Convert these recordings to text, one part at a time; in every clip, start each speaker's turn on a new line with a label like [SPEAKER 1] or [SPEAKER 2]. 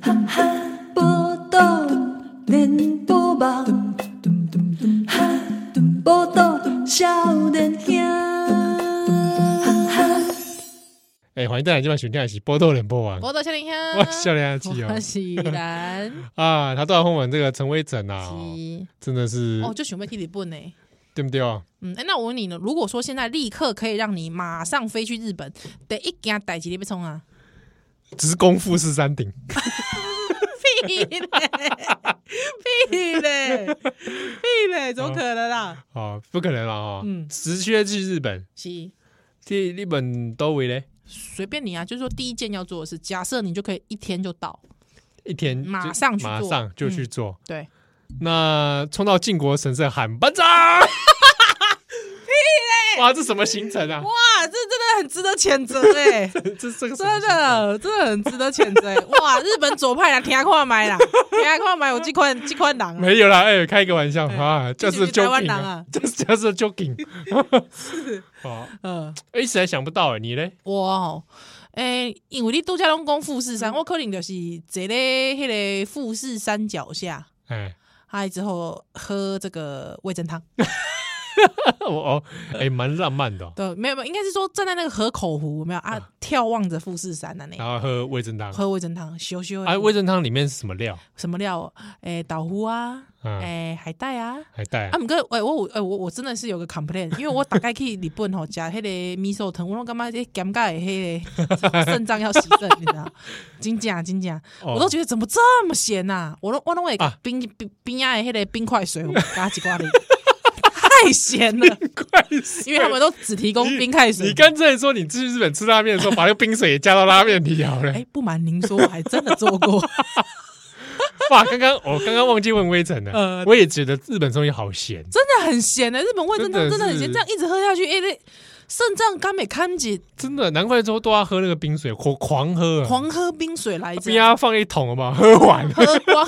[SPEAKER 1] 报道连波网，报道少年兄。
[SPEAKER 2] 哎、欢迎大家今晚选听的是《波豆人播 王》，
[SPEAKER 3] 我到笑脸香，
[SPEAKER 2] 我笑脸阿七
[SPEAKER 3] 我
[SPEAKER 2] 哦
[SPEAKER 3] 是兰
[SPEAKER 2] 啊，他都要问我们这个陈威整啊，哦
[SPEAKER 3] 是
[SPEAKER 2] 真的是、
[SPEAKER 3] 哦，就准备替你笨呢。
[SPEAKER 2] 对不对哦？
[SPEAKER 3] 嗯，哎、那我问你呢？如果说现在立刻可以让你马上飞去日本，得一件代志你被冲啊！
[SPEAKER 2] 只是功夫是山顶，
[SPEAKER 3] 屁嘞，屁嘞，屁嘞，怎么可能啊啦？
[SPEAKER 2] 哦，不可能了哦。
[SPEAKER 3] 嗯
[SPEAKER 2] 直缺去日本，
[SPEAKER 3] 是
[SPEAKER 2] 去日本都为嘞，
[SPEAKER 3] 随便你啊，就是说第一件要做的事，假设你就可以一天就到，
[SPEAKER 2] 一天就
[SPEAKER 3] 马上去做嗯
[SPEAKER 2] 马上就去做。
[SPEAKER 3] 对，
[SPEAKER 2] 那冲到靖国神社喊班长，哇，这什么行程啊？
[SPEAKER 3] 哇，这真的很值得谴责哎、
[SPEAKER 2] 这 这个什么
[SPEAKER 3] 真的，真的很值得谴责、欸。哇，日本左派啊人听看买啦，听看买有这款这款人啊，
[SPEAKER 2] 没有啦，哎、开个玩笑啊，就
[SPEAKER 3] 就是是台湾
[SPEAKER 2] joking
[SPEAKER 3] 人
[SPEAKER 2] 啊
[SPEAKER 3] 啊，
[SPEAKER 2] 就是就是 joking。是哦，
[SPEAKER 3] 嗯，
[SPEAKER 2] 哎一时还想不到哎，你嘞？
[SPEAKER 3] 我哦，诶、因为你度假拢讲富士山，我可能就是坐咧迄个富士山脚下，
[SPEAKER 2] 哎，
[SPEAKER 3] 嗨之后喝这个味噌汤，
[SPEAKER 2] 我哦，哎、
[SPEAKER 3] 嗯
[SPEAKER 2] 蛮浪漫的、哦，
[SPEAKER 3] 对，没有没有，应该是说站在那个河口湖，有没有啊？眺望着富士山的那
[SPEAKER 2] 然。后喝味噌汤。
[SPEAKER 3] 喝味噌汤，羞羞
[SPEAKER 2] 哎、
[SPEAKER 3] 的
[SPEAKER 2] 味噌汤里面是什么料？
[SPEAKER 3] 什么料哦？诶、豆腐啊，
[SPEAKER 2] 嗯
[SPEAKER 3] 诶、海带啊，
[SPEAKER 2] 还带、
[SPEAKER 3] 啊，毋过诶，我有诶，我我真的是有个 complain，因为我大概去日本吼，食迄个米寿汤，我拢感觉迄尴尬诶，迄个肾脏要洗肾，你知 道？真正真正，
[SPEAKER 2] 哦
[SPEAKER 3] 我都觉得怎么这么咸呐、我拢我拢会
[SPEAKER 2] 啊
[SPEAKER 3] 冰冰冰啊诶，迄个冰块 水我加一寡哩，太咸了，
[SPEAKER 2] 快死
[SPEAKER 3] 因为他们都只提供冰块水
[SPEAKER 2] 你。刚才说你去日本吃拉面的时候，把那个冰水也加到拉面里好了。
[SPEAKER 3] 哎，不瞒您说，我还真的做 过。
[SPEAKER 2] 哇，刚刚我刚刚忘记问微尘了，
[SPEAKER 3] 呃
[SPEAKER 2] 我也觉得日本综艺好咸，
[SPEAKER 3] 真的很咸的、欸日本味噌汤
[SPEAKER 2] 真的
[SPEAKER 3] 真的很咸，
[SPEAKER 2] 是
[SPEAKER 3] 这样一直喝下去，哎、那肾脏肝没看紧，
[SPEAKER 2] 真的，难怪说都要喝那个冰水，狂狂喝、啊，
[SPEAKER 3] 狂喝冰水来着
[SPEAKER 2] 啊冰，啊要放一桶好不好？喝完，
[SPEAKER 3] 喝光。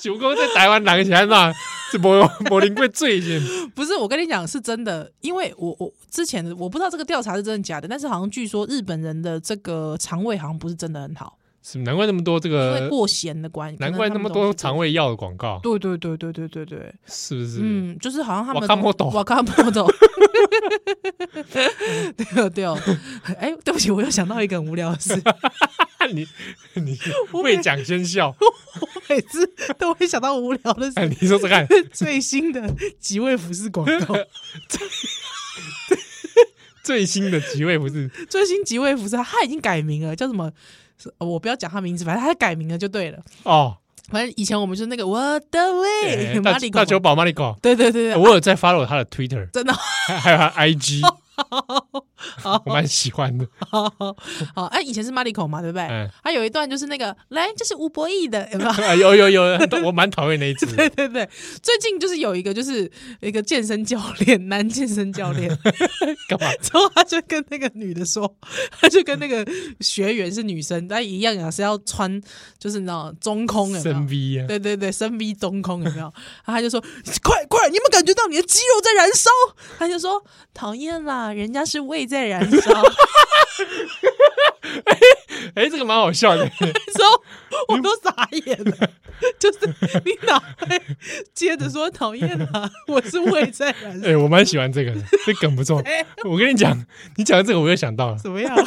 [SPEAKER 2] 九哥哎在台湾人起来那 这柏柏林贵最咸，
[SPEAKER 3] 不是，我跟你讲是真的，因为我我之前的我不知道这个调查是真的假的，但是好像据说日本人的这个肠胃好像不是真的很好，
[SPEAKER 2] 是难怪那么多这
[SPEAKER 3] 因为
[SPEAKER 2] 个，
[SPEAKER 3] 过咸的关系，
[SPEAKER 2] 呃难怪那么多肠
[SPEAKER 3] 胃。
[SPEAKER 2] 胃药的广告，
[SPEAKER 3] 对对对对对对对，
[SPEAKER 2] 是不是？
[SPEAKER 3] 嗯，就是好像他们的
[SPEAKER 2] Wakamoto
[SPEAKER 3] 瓦卡莫斗， 对哦对哦，哎，对不起，我又想到一个很无聊的 事，
[SPEAKER 2] 你 你未讲先笑，
[SPEAKER 3] 我每次都会想到无聊的
[SPEAKER 2] 哎，
[SPEAKER 3] 事。
[SPEAKER 2] 你说这个
[SPEAKER 3] 最新的几位服饰广 告，
[SPEAKER 2] 最新的几位不是？
[SPEAKER 3] 最新几位服饰，他已经改名了，叫什么？呃我不要讲他名字，反正他改名了就对了。
[SPEAKER 2] 哦，
[SPEAKER 3] 反正以前我们就是那个我的
[SPEAKER 2] 哎
[SPEAKER 3] 胃
[SPEAKER 2] 大
[SPEAKER 3] 马里
[SPEAKER 2] 大哦
[SPEAKER 3] 狗
[SPEAKER 2] 久，保马里狗，
[SPEAKER 3] 对对对对，
[SPEAKER 2] 我有在 follow 他的 Twitter，
[SPEAKER 3] 真的
[SPEAKER 2] 还还有他 IG，我蛮喜欢的。
[SPEAKER 3] 好好好哎，以前是马里口嘛，对不对
[SPEAKER 2] 嗯？？
[SPEAKER 3] 还有一段就是那个来，这是吴博义的， 有没有
[SPEAKER 2] 啊有有有，很多我蛮讨厌那一 只。
[SPEAKER 3] 对对对，最近就是有一个就是一个健身教练，男健身教练，
[SPEAKER 2] 干嘛？
[SPEAKER 3] 之后他就跟那个女的说，他就跟那个学员是女生，但一样啊是要穿，就是你知道中空有没有
[SPEAKER 2] 深 V 啊！
[SPEAKER 3] 对对对，深 V 中空有没有？然后他就说：“快快，你有没有感觉到你的肌肉在燃烧？”他就说：“讨厌啦，人家是胃在燃烧。”
[SPEAKER 2] 哎，这个蛮好笑的。
[SPEAKER 3] 之后我都傻眼了，就是你哪会接着说讨厌啦，我是胃在燃烧
[SPEAKER 2] 哎，我蛮喜欢这个的，这梗 不错。
[SPEAKER 3] 哎
[SPEAKER 2] 我跟你讲，你讲到这个我又想到了，
[SPEAKER 3] 怎么样？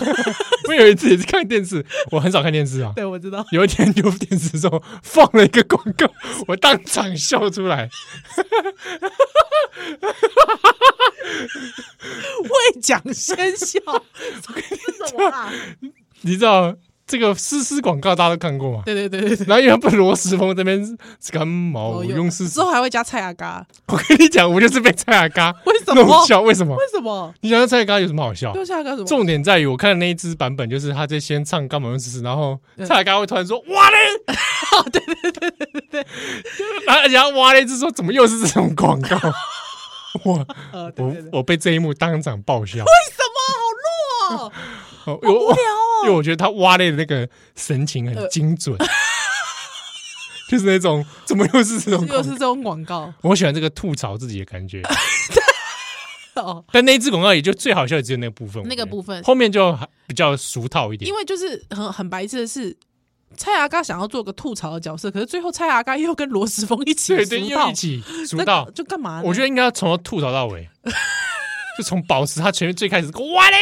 [SPEAKER 2] 我有一次也是看电视，我很少看电视啊。
[SPEAKER 3] 对，我知道，
[SPEAKER 2] 有一天就电视中放了一个广告， 我当场笑出来。
[SPEAKER 3] 胃讲先笑，是什么啦？
[SPEAKER 2] 你知道这个丝丝广告大家都看过吗？
[SPEAKER 3] 对对对对对。
[SPEAKER 2] 然后因为被罗时峰这边感冒，我
[SPEAKER 3] 哦有
[SPEAKER 2] 用丝丝
[SPEAKER 3] 之。后还会加菜芽嘎，
[SPEAKER 2] 我跟你讲，我就是被蔡雅嘎
[SPEAKER 3] 为什么
[SPEAKER 2] 弄笑，为什么？
[SPEAKER 3] 为什么？
[SPEAKER 2] 你想到蔡雅嘎有什么好笑？
[SPEAKER 3] 对菜芽嘎什么？
[SPEAKER 2] 重点在于我看的那一支版本，就是他在先唱《干嘛用试试》，然后蔡雅刚会突然说“哇嘞”， 对
[SPEAKER 3] 哦
[SPEAKER 2] 对对对对对， 然后而且他“哇嘞”就说怎么又是这种广告？ 我
[SPEAKER 3] 呃，对
[SPEAKER 2] 我
[SPEAKER 3] 对对，
[SPEAKER 2] 我被这一幕当场爆笑，
[SPEAKER 3] 什么好弱哦？
[SPEAKER 2] 哦因为
[SPEAKER 3] 无
[SPEAKER 2] 我
[SPEAKER 3] 聊哦呃
[SPEAKER 2] 因为我觉得他“哇嘞”的那个神情很精准， 就是那种怎么又是这种
[SPEAKER 3] 又
[SPEAKER 2] 广
[SPEAKER 3] 是
[SPEAKER 2] 告？
[SPEAKER 3] 这种广告
[SPEAKER 2] 我喜欢这个吐槽自己的感觉，
[SPEAKER 3] 哦，
[SPEAKER 2] 但那一支广告也就最好笑，只有那个部分，
[SPEAKER 3] 那个
[SPEAKER 2] 我觉得
[SPEAKER 3] 部分
[SPEAKER 2] 后面就还比较俗套一点
[SPEAKER 3] 因。为就是很很白痴的是，蔡阿嘎想要做个吐槽的角色，可是最后蔡阿嘎又跟罗时峰一起
[SPEAKER 2] 对对，
[SPEAKER 3] 俗
[SPEAKER 2] 又
[SPEAKER 3] 到
[SPEAKER 2] 一起俗
[SPEAKER 3] 那
[SPEAKER 2] 到
[SPEAKER 3] 个，就干嘛呢？
[SPEAKER 2] 我觉得应该要从头吐槽到尾， 就从保持他前面最开始，哇嘞，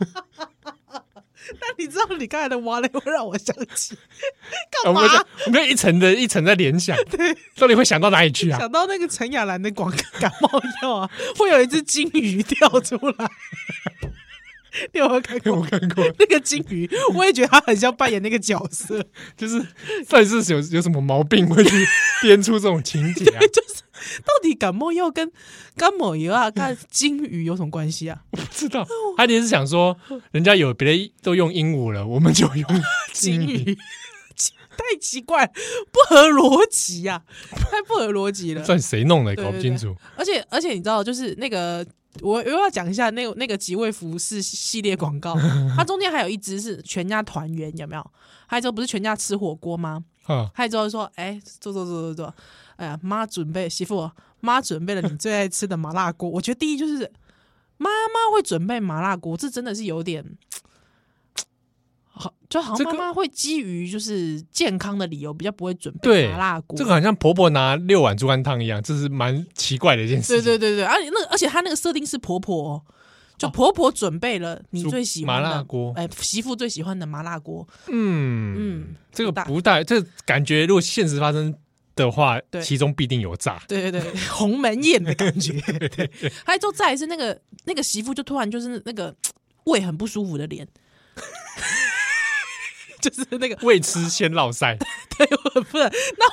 [SPEAKER 3] 那你知道你刚才的哇嘞，会让我想 起
[SPEAKER 2] 我
[SPEAKER 3] 干嘛
[SPEAKER 2] 们？就我们就一层的一层在联 想，到底会想到哪里去啊？
[SPEAKER 3] 想到那个陈雅兰的广告感冒药啊， 会有一只金鱼掉出来， 你有没有看
[SPEAKER 2] 我
[SPEAKER 3] 过？
[SPEAKER 2] 看过，
[SPEAKER 3] 那个金鱼，我也觉得他很像扮演那个角色，
[SPEAKER 2] 就是到底是有有什么毛病会去编出这种情节啊？
[SPEAKER 3] 就是到底感冒药跟干冒油啊、跟金鱼有什么关系啊？
[SPEAKER 2] 我不知道，他一定是想说，人家有别的都用鹦鹉了，我们就用
[SPEAKER 3] 金
[SPEAKER 2] 金
[SPEAKER 3] 鱼
[SPEAKER 2] 鱼，
[SPEAKER 3] 奇太奇怪，不合逻辑呀、 太不合逻辑了。
[SPEAKER 2] 算谁弄的
[SPEAKER 3] 对
[SPEAKER 2] 搞不清楚。
[SPEAKER 3] 而且而且你知道，就是那个我我要讲一下那个那个极味服饰系列广告，它中间还有一支是全家团圆，有没有？还有之后不是全家吃火锅吗？
[SPEAKER 2] 啊，
[SPEAKER 3] 还有之后说，哎、坐坐坐坐坐，哎呀，妈准备媳妇，妈准备了你最爱吃的麻辣锅。我觉得第一就是妈妈会准备麻辣锅，这真的是有点。好，就好
[SPEAKER 2] 这
[SPEAKER 3] 像
[SPEAKER 2] 个
[SPEAKER 3] 妈妈会基于就是健康的理由，比较不会准备
[SPEAKER 2] 对
[SPEAKER 3] 麻辣锅。
[SPEAKER 2] 这个好像婆婆拿六碗猪肝汤一样，这是蛮奇怪的一件事
[SPEAKER 3] 对
[SPEAKER 2] 情。
[SPEAKER 3] 对对对，而且那个而且他那个设定是婆婆哦，就婆婆准备了你
[SPEAKER 2] 煮
[SPEAKER 3] 最喜欢的
[SPEAKER 2] 啊麻辣锅
[SPEAKER 3] 哎，媳妇最喜欢的麻辣锅，
[SPEAKER 2] 嗯
[SPEAKER 3] 嗯，
[SPEAKER 2] 这
[SPEAKER 3] 不
[SPEAKER 2] 个
[SPEAKER 3] 大
[SPEAKER 2] 不大，这感觉如果现实发生的话
[SPEAKER 3] 对，
[SPEAKER 2] 其中必定有诈。
[SPEAKER 3] 对 对对，鸿门宴的感觉。对，还有就再来是那个那个媳妇就突然就是那个胃很不舒服的脸， 就是那个
[SPEAKER 2] 未吃先落 腮，
[SPEAKER 3] 对，我不是那。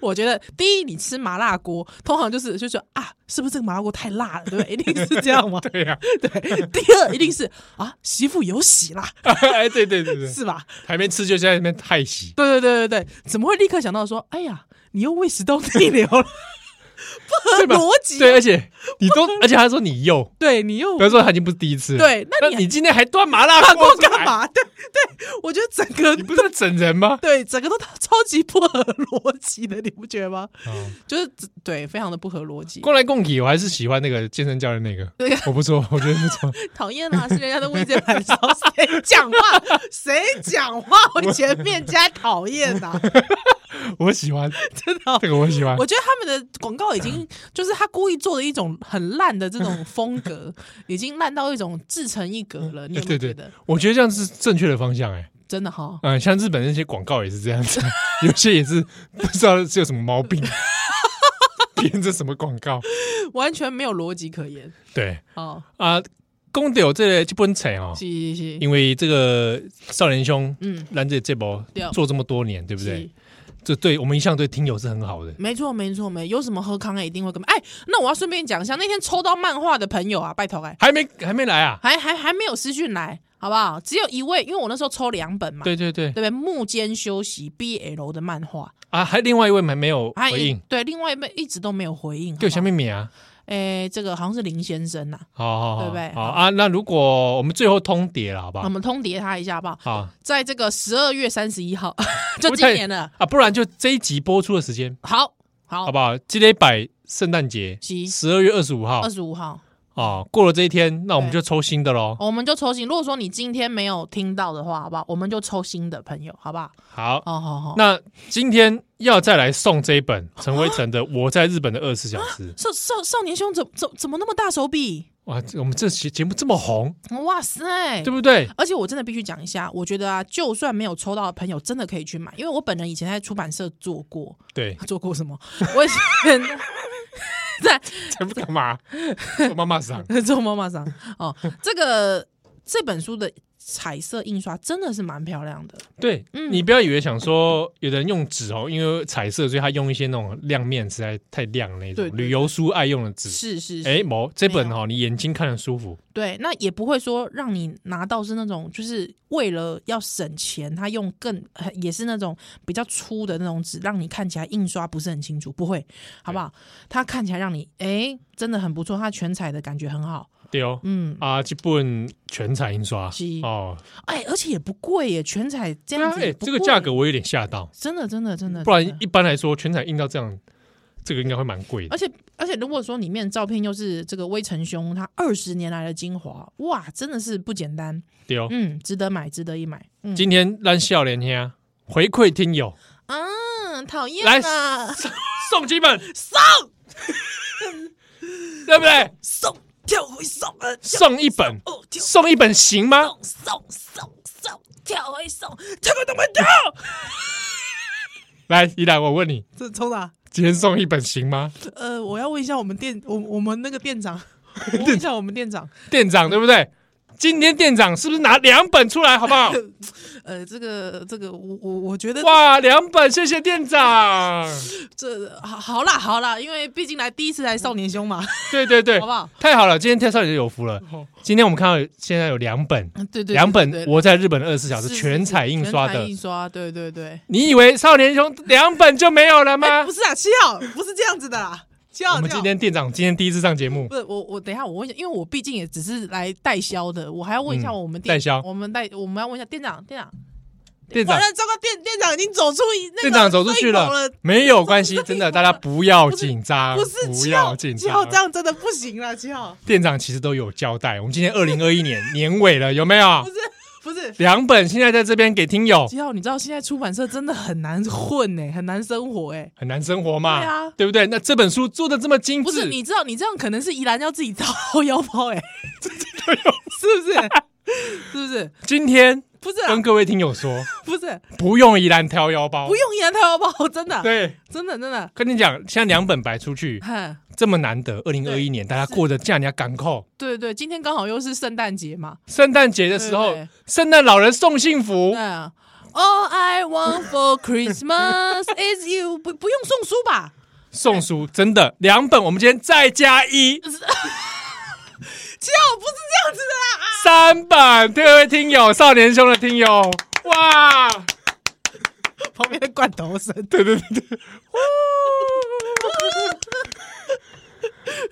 [SPEAKER 3] 我觉得第一，你吃麻辣锅，通常就是就说啊，是不是这个麻辣锅太辣了，对不对？一定是这样吗？
[SPEAKER 2] 对啊呀、
[SPEAKER 3] 对。第二，一定是啊，媳妇有喜啦，
[SPEAKER 2] 哎，对对对对，
[SPEAKER 3] 是吧？
[SPEAKER 2] 还没吃就在那边太喜，
[SPEAKER 3] 对对对对对，怎么会立刻想到说，哎呀，你又胃食道逆流了？
[SPEAKER 2] 对吧
[SPEAKER 3] 啊逻辑
[SPEAKER 2] 对，而且你 都，而且他说你又，
[SPEAKER 3] 对你又
[SPEAKER 2] 比方说他已经不是第一次了，
[SPEAKER 3] 对那
[SPEAKER 2] 那
[SPEAKER 3] 你
[SPEAKER 2] 你今天还端麻辣
[SPEAKER 3] 打
[SPEAKER 2] 锅
[SPEAKER 3] 过
[SPEAKER 2] 出来
[SPEAKER 3] 干？ 嘛？对对，我觉得整个
[SPEAKER 2] 你不是在整人吗？
[SPEAKER 3] 对整个都超级不合逻辑的，你不觉得吗？
[SPEAKER 2] 哦
[SPEAKER 3] 就是对，非常的不合逻辑，
[SPEAKER 2] 过来共体，我还是喜欢那个健身教练那个，我不错，我 觉得不错。
[SPEAKER 3] 讨厌啊啦！是人家的位置板烧， 谁讲话？谁讲话？我前面加讨厌呐、
[SPEAKER 2] 我喜欢
[SPEAKER 3] 真的哦、
[SPEAKER 2] 这个，我喜欢
[SPEAKER 3] 我。觉得他们的广告已经就是他故意做的一种很烂的这种风格，已经烂到一种自成一格了。你有没有
[SPEAKER 2] 对
[SPEAKER 3] 觉
[SPEAKER 2] 对
[SPEAKER 3] 得？，
[SPEAKER 2] 我觉得这样是正确的方向。哎，
[SPEAKER 3] 真的哈，
[SPEAKER 2] 嗯，像日本那些广告也是这样 子，有些也是不知道是有什么毛病， 编着什么广告。
[SPEAKER 3] 完全没有逻辑可言。
[SPEAKER 2] 对
[SPEAKER 3] 哦，
[SPEAKER 2] 啊，公有这个这本册哦，
[SPEAKER 3] 是是是，
[SPEAKER 2] 因为这个少年兄，
[SPEAKER 3] 嗯
[SPEAKER 2] 嗯，兰姐这波
[SPEAKER 3] 对
[SPEAKER 2] 做这么多年，对不对
[SPEAKER 3] 是？
[SPEAKER 2] 这对我们一向对听友是很好的。
[SPEAKER 3] 没错没错没，有什么喝康也一定会跟。哎，那我要顺便讲一下，那天抽到漫画的朋友啊，拜托哎，
[SPEAKER 2] 还没还没来啊？
[SPEAKER 3] 还还还没有私讯来，好不好？只有一位，因为我那时候抽两本嘛，
[SPEAKER 2] 对对对
[SPEAKER 3] 对，不对？幕间休息 BL 的漫画，
[SPEAKER 2] 啊，还另外一位还没有
[SPEAKER 3] 还有
[SPEAKER 2] 回
[SPEAKER 3] 一
[SPEAKER 2] 应，
[SPEAKER 3] 对，另外一位一直都没有回应。
[SPEAKER 2] 给我
[SPEAKER 3] 好
[SPEAKER 2] 下
[SPEAKER 3] 不好
[SPEAKER 2] 面免啊，
[SPEAKER 3] 哎，这个好像是林先生呐、啊
[SPEAKER 2] 好好好，
[SPEAKER 3] 对不对
[SPEAKER 2] 好
[SPEAKER 3] 好嗯
[SPEAKER 2] 啊，那如果我们最后通牒了，好不
[SPEAKER 3] 我
[SPEAKER 2] 好？啊
[SPEAKER 3] 们通牒他一下好不好？
[SPEAKER 2] 好
[SPEAKER 3] 在这个十二月三十一号， 就
[SPEAKER 2] 不
[SPEAKER 3] 今
[SPEAKER 2] 太
[SPEAKER 3] 年了。
[SPEAKER 2] 啊，不然就这一集播出的时间，
[SPEAKER 3] 好，好，
[SPEAKER 2] 好不好？今天摆圣诞节，
[SPEAKER 3] 是
[SPEAKER 2] 十二月二十五号
[SPEAKER 3] 二十五号，
[SPEAKER 2] 啊，过了这一天，那我们
[SPEAKER 3] 对
[SPEAKER 2] 就抽新的喽。
[SPEAKER 3] 我们就抽新。如果说你今天没有听到的话，好不好？我们就抽新的朋友，好不好？
[SPEAKER 2] 好，
[SPEAKER 3] 哦，好好。
[SPEAKER 2] 那今天要再来送这一本陈辉成的《我在日本的二十四小 时》
[SPEAKER 3] 少少少年兄怎怎怎么那么大手笔？
[SPEAKER 2] 哇，这我们这期节目这么红，
[SPEAKER 3] 哇塞！
[SPEAKER 2] 对不对？
[SPEAKER 3] 而且我真的必须讲一下，我觉得啊，就算没有抽到的朋友，真的可以去买，因为我本人以前在出版社做过，
[SPEAKER 2] 对，
[SPEAKER 3] 做过什么？ 我以前在
[SPEAKER 2] 这不干嘛？ 我妈啊妈上
[SPEAKER 3] 做妈妈桑哦，这个这本书的彩色印刷真的是蛮漂亮的，
[SPEAKER 2] 对、
[SPEAKER 3] 嗯
[SPEAKER 2] 你不要以为想说有的人用纸哦，因为彩色，所以他用一些那种亮面实在太亮那种
[SPEAKER 3] 对对对
[SPEAKER 2] 旅游书爱用的纸。
[SPEAKER 3] 是是是，
[SPEAKER 2] 哎，某这本哦，你眼睛看得舒服，
[SPEAKER 3] 对，那也不会说让你拿到是那种就是为了要省钱，他用更呃也是那种比较粗的那种纸，让你看起来印刷不是很清楚，不会，好不好？它看起来让你哎、真的很不错，它全彩的感觉很好，
[SPEAKER 2] 对哦，
[SPEAKER 3] 嗯，
[SPEAKER 2] 啊，这本全彩印刷
[SPEAKER 3] 是
[SPEAKER 2] 哦，
[SPEAKER 3] 哎，而且也不贵耶，全彩这
[SPEAKER 2] 对啊
[SPEAKER 3] 样子
[SPEAKER 2] 哎
[SPEAKER 3] 也不
[SPEAKER 2] 这
[SPEAKER 3] 贵，
[SPEAKER 2] 个价格我有点吓到，
[SPEAKER 3] 真的真的真的，
[SPEAKER 2] 不然
[SPEAKER 3] 真的
[SPEAKER 2] 一般来说全彩印到这样，这个应该会蛮贵的
[SPEAKER 3] 而。且而且如果说里面照片又是这个微尘兄他二十年来的精华，哇，真的是不简单，
[SPEAKER 2] 对哦，
[SPEAKER 3] 嗯，值得买，值得一买，嗯
[SPEAKER 2] 今天让笑脸兄回馈听 友
[SPEAKER 3] 啊，讨厌
[SPEAKER 2] 来
[SPEAKER 3] 啊，
[SPEAKER 2] 送几本送， 对 不对？
[SPEAKER 3] 送跳回送啊，
[SPEAKER 2] 送一本，
[SPEAKER 3] 哦跳
[SPEAKER 2] 送一本行吗？
[SPEAKER 3] 送送送跳回送，跳个怎么跳？
[SPEAKER 2] 来，依兰，我问你，
[SPEAKER 3] 这抽的，
[SPEAKER 2] 今天送一本行吗？
[SPEAKER 3] 呃，我要问一下我们店，我我们那个店长，我问一下我们店长，
[SPEAKER 2] 店长对不对？今天店长是不是拿两本出来，好不 好？
[SPEAKER 3] 呃，这个这个，我我我觉得
[SPEAKER 2] 哇，两本，谢谢店长。
[SPEAKER 3] 这好好啦好啦，因为毕竟来第一次来少年兄嘛，
[SPEAKER 2] 对对对，
[SPEAKER 3] 好不好？
[SPEAKER 2] 太好了，今天跳少爷有福了。今天我们看到有现在有两本，
[SPEAKER 3] 嗯对对，对
[SPEAKER 2] 两本
[SPEAKER 3] 对
[SPEAKER 2] 《
[SPEAKER 3] 对
[SPEAKER 2] 我在日本二十四小时
[SPEAKER 3] 是》是
[SPEAKER 2] 全
[SPEAKER 3] 是
[SPEAKER 2] 彩印刷
[SPEAKER 3] 全彩
[SPEAKER 2] 的
[SPEAKER 3] 印。刷，对对对。
[SPEAKER 2] 你以为少年兄两本就没有了吗
[SPEAKER 3] 不？是啊，七号不是这样子的啦，七号
[SPEAKER 2] 我们
[SPEAKER 3] 七号
[SPEAKER 2] 今天店长今天第一次上节目
[SPEAKER 3] 不，是我，我等一下我问一下，因为我毕竟也只是来代销的，我还要问一下
[SPEAKER 2] 嗯
[SPEAKER 3] 我们店
[SPEAKER 2] 代销
[SPEAKER 3] 我们代我们要问一下店长，店长，
[SPEAKER 2] 店长
[SPEAKER 3] 完了，糟糕，店店长已经走出一，那个
[SPEAKER 2] 店长走出去
[SPEAKER 3] 睡着了
[SPEAKER 2] 了，，没有关系，真的，大家不要
[SPEAKER 3] 不是
[SPEAKER 2] 紧张，
[SPEAKER 3] 不是
[SPEAKER 2] 不
[SPEAKER 3] 七
[SPEAKER 2] 要
[SPEAKER 3] 号，
[SPEAKER 2] 紧
[SPEAKER 3] 七号
[SPEAKER 2] 张
[SPEAKER 3] 这。样真的不行了，七号
[SPEAKER 2] 店长其实都有交代，我们今天二零二一年 年尾了，有没有
[SPEAKER 3] 不？是不是。
[SPEAKER 2] 两本现在在这边给听友，
[SPEAKER 3] 七号，你知道现在出版社真的很难混哎、很难生活哎、
[SPEAKER 2] 很难生活嘛，
[SPEAKER 3] 对啊
[SPEAKER 2] 不对？那这本书做的这么精
[SPEAKER 3] 不是，
[SPEAKER 2] 致，
[SPEAKER 3] 你知道你这样可能是宜兰要自己掏腰包 哎、是不是？是不是？
[SPEAKER 2] 今天
[SPEAKER 3] 不是啦啊
[SPEAKER 2] 跟各位听友说，
[SPEAKER 3] 不是，
[SPEAKER 2] 不用宜兰挑腰包，
[SPEAKER 3] 不用宜兰掏腰包，真的，
[SPEAKER 2] 对。
[SPEAKER 3] 真的真的，
[SPEAKER 2] 跟你讲，现在两本白出去
[SPEAKER 3] 哼，
[SPEAKER 2] 这么难得，二零二一年大家过得这样，人家赶扣。
[SPEAKER 3] 对对，今天刚好又是圣诞节嘛，
[SPEAKER 2] 圣诞节的时候
[SPEAKER 3] 对对，
[SPEAKER 2] 圣诞老人送幸福
[SPEAKER 3] 对，啊。All I want for Christmas is you，不不用送书吧？
[SPEAKER 2] 送书真的两本，我们今天再加一
[SPEAKER 3] 七号不是这样子的啦，
[SPEAKER 2] 三本，各位听友，少年兄的听友，哇，
[SPEAKER 3] 旁边的罐头声，
[SPEAKER 2] 对对对对，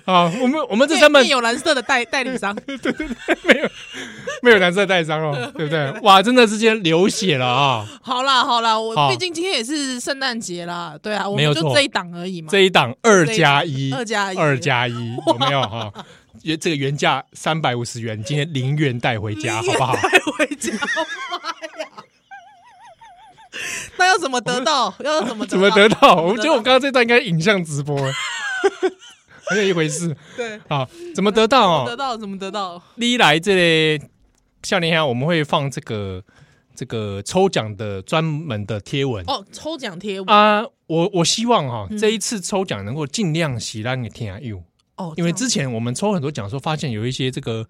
[SPEAKER 2] 好，我们我们这三本
[SPEAKER 3] 面有蓝色的代代 理商，
[SPEAKER 2] 没有没有蓝色带伤哦，对不对？哇，真的是今天流血了啊！
[SPEAKER 3] 好啦好啦，我
[SPEAKER 2] 好
[SPEAKER 3] 毕竟今天也是圣诞节啦，对啊，我
[SPEAKER 2] 没有
[SPEAKER 3] 们
[SPEAKER 2] 错
[SPEAKER 3] 就这一档而已嘛，
[SPEAKER 2] 这一档二加一，
[SPEAKER 3] 二加一
[SPEAKER 2] 二加一，有没有哈？原这个原价三百五十元，今天零元带回家，好不好？
[SPEAKER 3] 带回家，妈呀！ 那要怎么得到？要怎么
[SPEAKER 2] 怎么得
[SPEAKER 3] 到？
[SPEAKER 2] 到？我觉得我刚刚这段应该影像直播， 好像一回事。
[SPEAKER 3] 对，
[SPEAKER 2] 好，啊怎么得到
[SPEAKER 3] 得
[SPEAKER 2] 哦？
[SPEAKER 3] 到怎么得到？
[SPEAKER 2] 第一来这里，笑年下我们会放这个这个抽奖的专门的贴文
[SPEAKER 3] 哦，抽奖贴文
[SPEAKER 2] 啊。我我希望哈，这一次抽奖能够尽量洗让你听友。
[SPEAKER 3] 哦，
[SPEAKER 2] 因为
[SPEAKER 3] 这
[SPEAKER 2] 之
[SPEAKER 3] 样
[SPEAKER 2] 前我们抽很多奖的时候，发现有一些这个，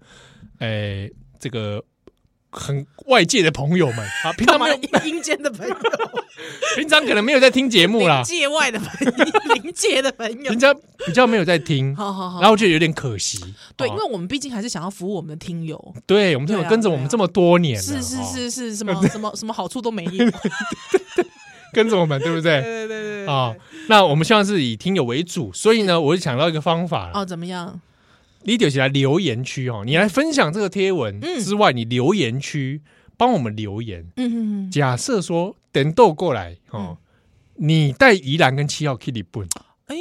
[SPEAKER 2] 诶、这个很外界的朋友们 啊，平常
[SPEAKER 3] 干
[SPEAKER 2] 没
[SPEAKER 3] 嘛
[SPEAKER 2] 有，
[SPEAKER 3] 阴间的朋友，
[SPEAKER 2] 平常可能没有在听节目啦
[SPEAKER 3] 临，界外的朋友，临界的朋友
[SPEAKER 2] 平。常比较没有在听，
[SPEAKER 3] 好好好
[SPEAKER 2] 然，后我觉得有点可惜。
[SPEAKER 3] 对，
[SPEAKER 2] 哦
[SPEAKER 3] 因为我们毕竟还是想要服务我们的听友，
[SPEAKER 2] 对我们这种
[SPEAKER 3] 对啊
[SPEAKER 2] 跟着我们这么多年了，
[SPEAKER 3] 是是
[SPEAKER 2] 哦，
[SPEAKER 3] 是是，什么什么什么好处都没有。对
[SPEAKER 2] 跟着我们，对不对？
[SPEAKER 3] 对对对对
[SPEAKER 2] 啊，那我们希望是以听友为主，所以呢，我就想到一个方法了
[SPEAKER 3] 哦，。怎么样？
[SPEAKER 2] 你点起来留言区哦，你来分享这个贴文
[SPEAKER 3] 嗯
[SPEAKER 2] 之外，你留言区帮我们留言，
[SPEAKER 3] 嗯，
[SPEAKER 2] 假设说等豆过来哦，你带宜兰跟七号去日本，
[SPEAKER 3] 哎，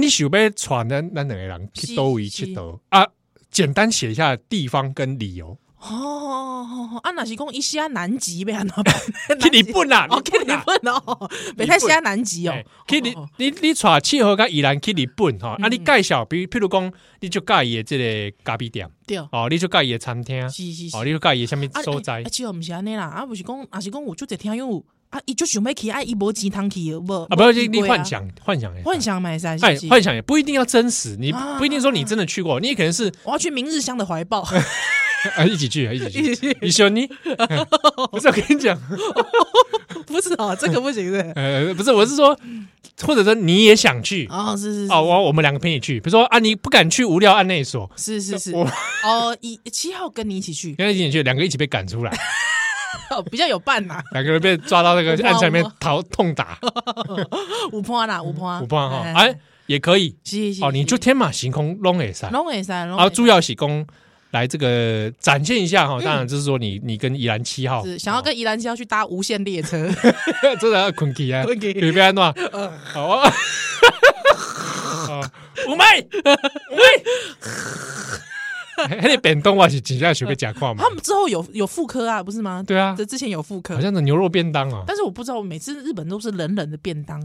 [SPEAKER 2] 你想要传咱咱两个人去
[SPEAKER 3] 是
[SPEAKER 2] 都位去
[SPEAKER 3] 是
[SPEAKER 2] 都啊？简单写一下地方跟理由，
[SPEAKER 3] 哦，啊，那是讲一些南极呗，那
[SPEAKER 2] 去日本啦，
[SPEAKER 3] 哦，去日
[SPEAKER 2] 啦
[SPEAKER 3] 本哦，北太西亚南极哦
[SPEAKER 2] 哎，去日
[SPEAKER 3] 哦
[SPEAKER 2] 你你带七号跟宜兰去日本哈，啊，
[SPEAKER 3] 嗯
[SPEAKER 2] 你介绍，比如譬如讲，你就介意这个咖啡店，
[SPEAKER 3] 对，
[SPEAKER 2] 哦，你就介意餐厅，
[SPEAKER 3] 是是是
[SPEAKER 2] 哦，。你就介意什么
[SPEAKER 3] 啊，
[SPEAKER 2] 所
[SPEAKER 3] 哎
[SPEAKER 2] 在
[SPEAKER 3] 啊，，其实不是安尼啦，啊，不是讲，啊是讲，有就得听友，啊，伊就想要去，啊，伊无钱通去，无
[SPEAKER 2] 啊，不要
[SPEAKER 3] 无
[SPEAKER 2] 你
[SPEAKER 3] 去
[SPEAKER 2] 你
[SPEAKER 3] 过啊
[SPEAKER 2] 幻想幻想也是
[SPEAKER 3] 幻想买噻，是
[SPEAKER 2] 哎
[SPEAKER 3] 不是
[SPEAKER 2] 幻想也不一定要真实，你
[SPEAKER 3] 啊
[SPEAKER 2] 不一定说你真的去过，你也可能 是
[SPEAKER 3] 我要去明日香的怀抱，
[SPEAKER 2] 啊，一起去，啊，一起
[SPEAKER 3] 一起
[SPEAKER 2] 去
[SPEAKER 3] 去，
[SPEAKER 2] 一起你。哎不是我跟你讲，
[SPEAKER 3] 不是啊，这个不行的。
[SPEAKER 2] 呃，不是，我是说，或者说你也想去啊，
[SPEAKER 3] 哦，是是是
[SPEAKER 2] 我我们两个陪你去。比如说啊，你不敢去无聊按内所，
[SPEAKER 3] 是是是
[SPEAKER 2] 我，
[SPEAKER 3] 哦，一七号跟你一起去，
[SPEAKER 2] 跟他一起去，两个一起被赶出 来，
[SPEAKER 3] 哦比较有伴呐，
[SPEAKER 2] 两个人被抓到那个
[SPEAKER 3] 我怕
[SPEAKER 2] 暗巷里面
[SPEAKER 3] 我
[SPEAKER 2] 逃痛打，
[SPEAKER 3] 五趴啦，五趴，
[SPEAKER 2] 我怕哈。
[SPEAKER 3] 哎
[SPEAKER 2] 哎，也可以
[SPEAKER 3] 是是
[SPEAKER 2] 哦，你就天马行空弄也啊塞。
[SPEAKER 3] 拢会使，拢
[SPEAKER 2] 然后主要喜功来这个展现一下哈，当然就是说你你跟宜兰七号
[SPEAKER 3] 嗯是想要跟宜兰七要去搭无线 列车，
[SPEAKER 2] 哦 真的要困起啊，
[SPEAKER 3] 困起呃
[SPEAKER 2] 有被安 暖，好啊，五妹 五妹，还得扁冬啊是真正学被假胯嘛
[SPEAKER 3] 他？们之后有有妇科啊，不是吗？
[SPEAKER 2] 对啊
[SPEAKER 3] 这，之前有妇科
[SPEAKER 2] 好，像是牛肉便当啊，
[SPEAKER 3] 但是我不知道，每次日本都是冷冷的便当，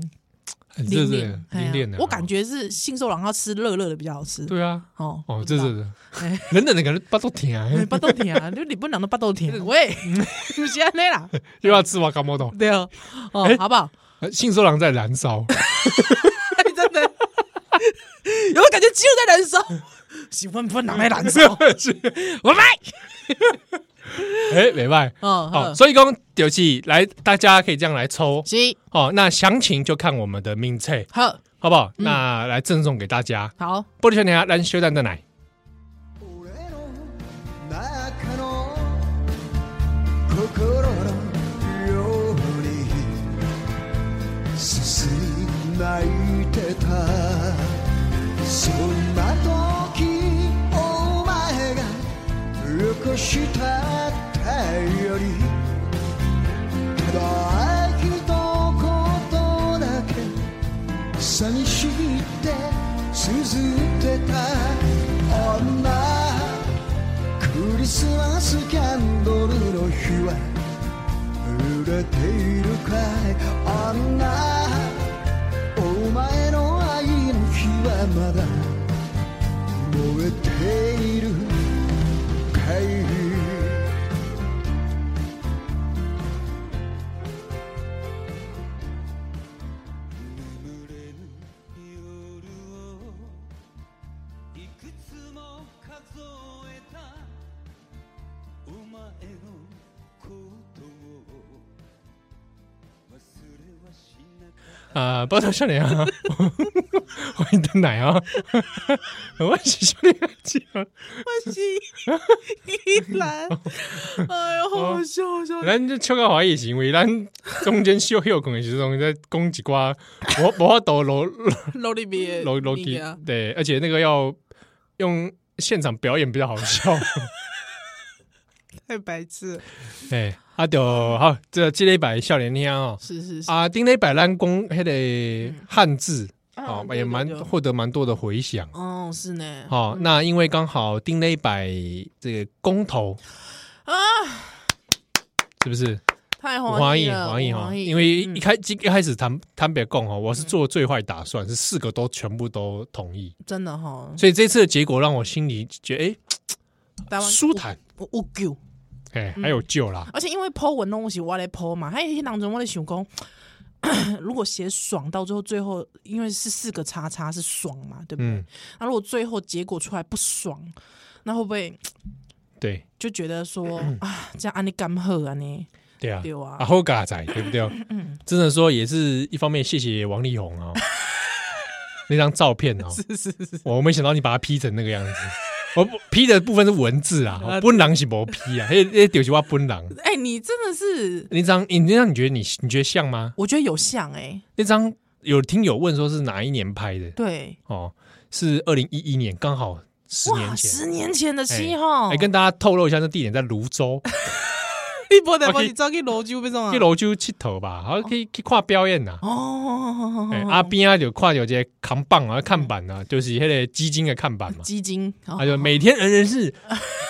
[SPEAKER 2] 很
[SPEAKER 3] 淋
[SPEAKER 2] 热热
[SPEAKER 3] 恋哎呀
[SPEAKER 2] 淋恋的，哦
[SPEAKER 3] 我感觉是信受狼要吃热热的比较好吃。
[SPEAKER 2] 对啊，
[SPEAKER 3] 哦
[SPEAKER 2] 哦，这 是
[SPEAKER 3] 哎
[SPEAKER 2] 冷冷的感觉，巴肚 疼啊，
[SPEAKER 3] 八豆甜啊，就日本人都八豆甜 啊，喂， 不是安尼啦，
[SPEAKER 2] 又要吃瓦卡莫豆，
[SPEAKER 3] 对哦，哦
[SPEAKER 2] 哎，
[SPEAKER 3] 好不好？
[SPEAKER 2] 呃信受狼在燃烧，
[SPEAKER 3] 你真的有感觉肌肉在燃烧，喜欢不拿来燃烧， 我买。
[SPEAKER 2] 哎，没卖。
[SPEAKER 3] 哦，
[SPEAKER 2] 好，
[SPEAKER 3] 好，
[SPEAKER 2] 所以讲就是来，大家可以这样来抽
[SPEAKER 3] 行，
[SPEAKER 2] 哦。那详情就看我们的命册，
[SPEAKER 3] 好，
[SPEAKER 2] 好不
[SPEAKER 3] 嗯
[SPEAKER 2] 好？那来赠送给大家。
[SPEAKER 3] 好，
[SPEAKER 2] 玻璃少年啊，咱休蛋的奶。
[SPEAKER 4] 俺の中の心のように進み泣いてたそんな時お前がよこした頼りただ一言だけ寂しいって綴ってた女クリスマスキャンドルの日は売れているかい女お前の愛の日はまだ燃えているかい眠れぬ夜をいくつも数えたお前のことを忘れはしなかった
[SPEAKER 2] 啊，波璃少年啊， 欢迎的奶啊， 我是少年啊，
[SPEAKER 3] 我是依兰，哎呦，好笑，好笑，
[SPEAKER 2] 咱就秋高华裔行为，咱中间休休困的时候再攻一瓜，我我抖楼
[SPEAKER 3] 楼里面，
[SPEAKER 2] 楼楼梯
[SPEAKER 3] 啊，，
[SPEAKER 2] 对，而且那个要用现场表演比较好 笑。
[SPEAKER 3] 太白痴了，
[SPEAKER 2] 哎，啊就好，这这礼拜少年听哦，
[SPEAKER 3] 是是是，
[SPEAKER 2] 啊，顶礼拜咱讲迄个汉字，哦，
[SPEAKER 3] 嗯对
[SPEAKER 2] 也蛮
[SPEAKER 3] 对对
[SPEAKER 2] 获得蛮多的回响。
[SPEAKER 3] 哦，是呢，
[SPEAKER 2] 哦，那因为刚好丁磊摆这个公投
[SPEAKER 3] 啊，
[SPEAKER 2] 是不是？
[SPEAKER 3] 太
[SPEAKER 2] 黄
[SPEAKER 3] 欢
[SPEAKER 2] 奕
[SPEAKER 3] 喜了，
[SPEAKER 2] 黄奕哈，
[SPEAKER 3] 欢喜
[SPEAKER 2] 哦因为
[SPEAKER 3] 嗯
[SPEAKER 2] 一开一开始坦坦白讲哈，哦我是做最坏打算，是四个都全部都同意，
[SPEAKER 3] 真的哈，
[SPEAKER 2] 所以这次的结果让我心里觉得
[SPEAKER 3] 台
[SPEAKER 2] 哎
[SPEAKER 3] 湾
[SPEAKER 2] 舒坦，
[SPEAKER 3] 有有救。嗯
[SPEAKER 2] 哎还有救啦。
[SPEAKER 3] 而且因为 Po 文拢是我来 Po 嘛，还有一些当中我在想讲， 如果写爽到最后，最后因为是四个叉叉是爽嘛，对不对？
[SPEAKER 2] 嗯，
[SPEAKER 3] 那、如果最后结果出来不爽，那会不会
[SPEAKER 2] 对
[SPEAKER 3] 就觉 得说 啊，这样安利干喝啊呢？
[SPEAKER 2] 对啊，
[SPEAKER 3] 对啊嗯
[SPEAKER 2] 啊后嘎仔对不 对？真的说也是一方面，谢谢王力宏 啊，那张照片哦，
[SPEAKER 3] 是是是，
[SPEAKER 2] 我没想到你把它 P 成那个样子。 我不 P 的部分是文字啊，
[SPEAKER 3] 啊
[SPEAKER 2] 奔狼是不 P 啊，那那就是我奔狼。
[SPEAKER 3] 哎、你真的是，
[SPEAKER 2] 那张你那张你觉得你你觉得像吗？
[SPEAKER 3] 我觉得有像哎、
[SPEAKER 2] 那张有听友问说是哪一年拍的
[SPEAKER 3] 对，
[SPEAKER 2] 哦，是二零一一年，刚好十年
[SPEAKER 3] 哇，
[SPEAKER 2] 前。
[SPEAKER 3] 十年前的
[SPEAKER 2] 哎
[SPEAKER 3] 七号，
[SPEAKER 2] 来跟大家透露一下，这地点在泸州，
[SPEAKER 3] 你不得
[SPEAKER 2] 我
[SPEAKER 3] 把
[SPEAKER 2] 哦去
[SPEAKER 3] 你招去泸州被送啊
[SPEAKER 2] 去？泸州佚佗吧，好可以去看表演啊呐。
[SPEAKER 3] 哦，
[SPEAKER 2] 哎，阿边啊就看有这扛棒啊看板啊，就是那个基金的看板嘛。
[SPEAKER 3] 基金，哦
[SPEAKER 2] 他就每天人人是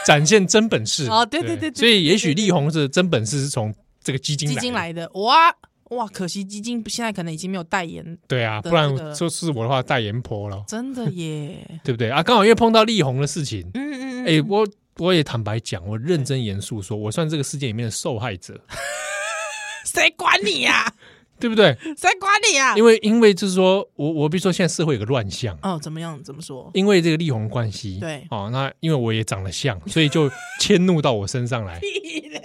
[SPEAKER 2] 展现真本事
[SPEAKER 3] 哦对对对对
[SPEAKER 2] 所以也许力宏是真本事是从这个基金
[SPEAKER 3] 基金
[SPEAKER 2] 的，
[SPEAKER 3] 来的，哇哇，可惜基金现在可能已经没有代言，
[SPEAKER 2] 对啊，
[SPEAKER 3] 的
[SPEAKER 2] 不然
[SPEAKER 3] 这个
[SPEAKER 2] 说是我的话代言婆了，，
[SPEAKER 3] 真的耶
[SPEAKER 2] 对不对啊？刚好因为碰到力宏的事情，
[SPEAKER 3] 嗯嗯嗯，
[SPEAKER 2] 哎，我我也坦白讲，我认真严肃说，我算这个事件里面的受害者，
[SPEAKER 3] 谁管你呀、
[SPEAKER 2] 对不对？
[SPEAKER 3] 谁管你啊呀、
[SPEAKER 2] 因为因为就是说我我比如说现在社会有个乱象。
[SPEAKER 3] 哦，怎么样？怎么说？
[SPEAKER 2] 因为这个力宏关系，
[SPEAKER 3] 对
[SPEAKER 2] 哦，那因为我也长得像，所以就迁怒到我身上来。
[SPEAKER 3] 屁嘞！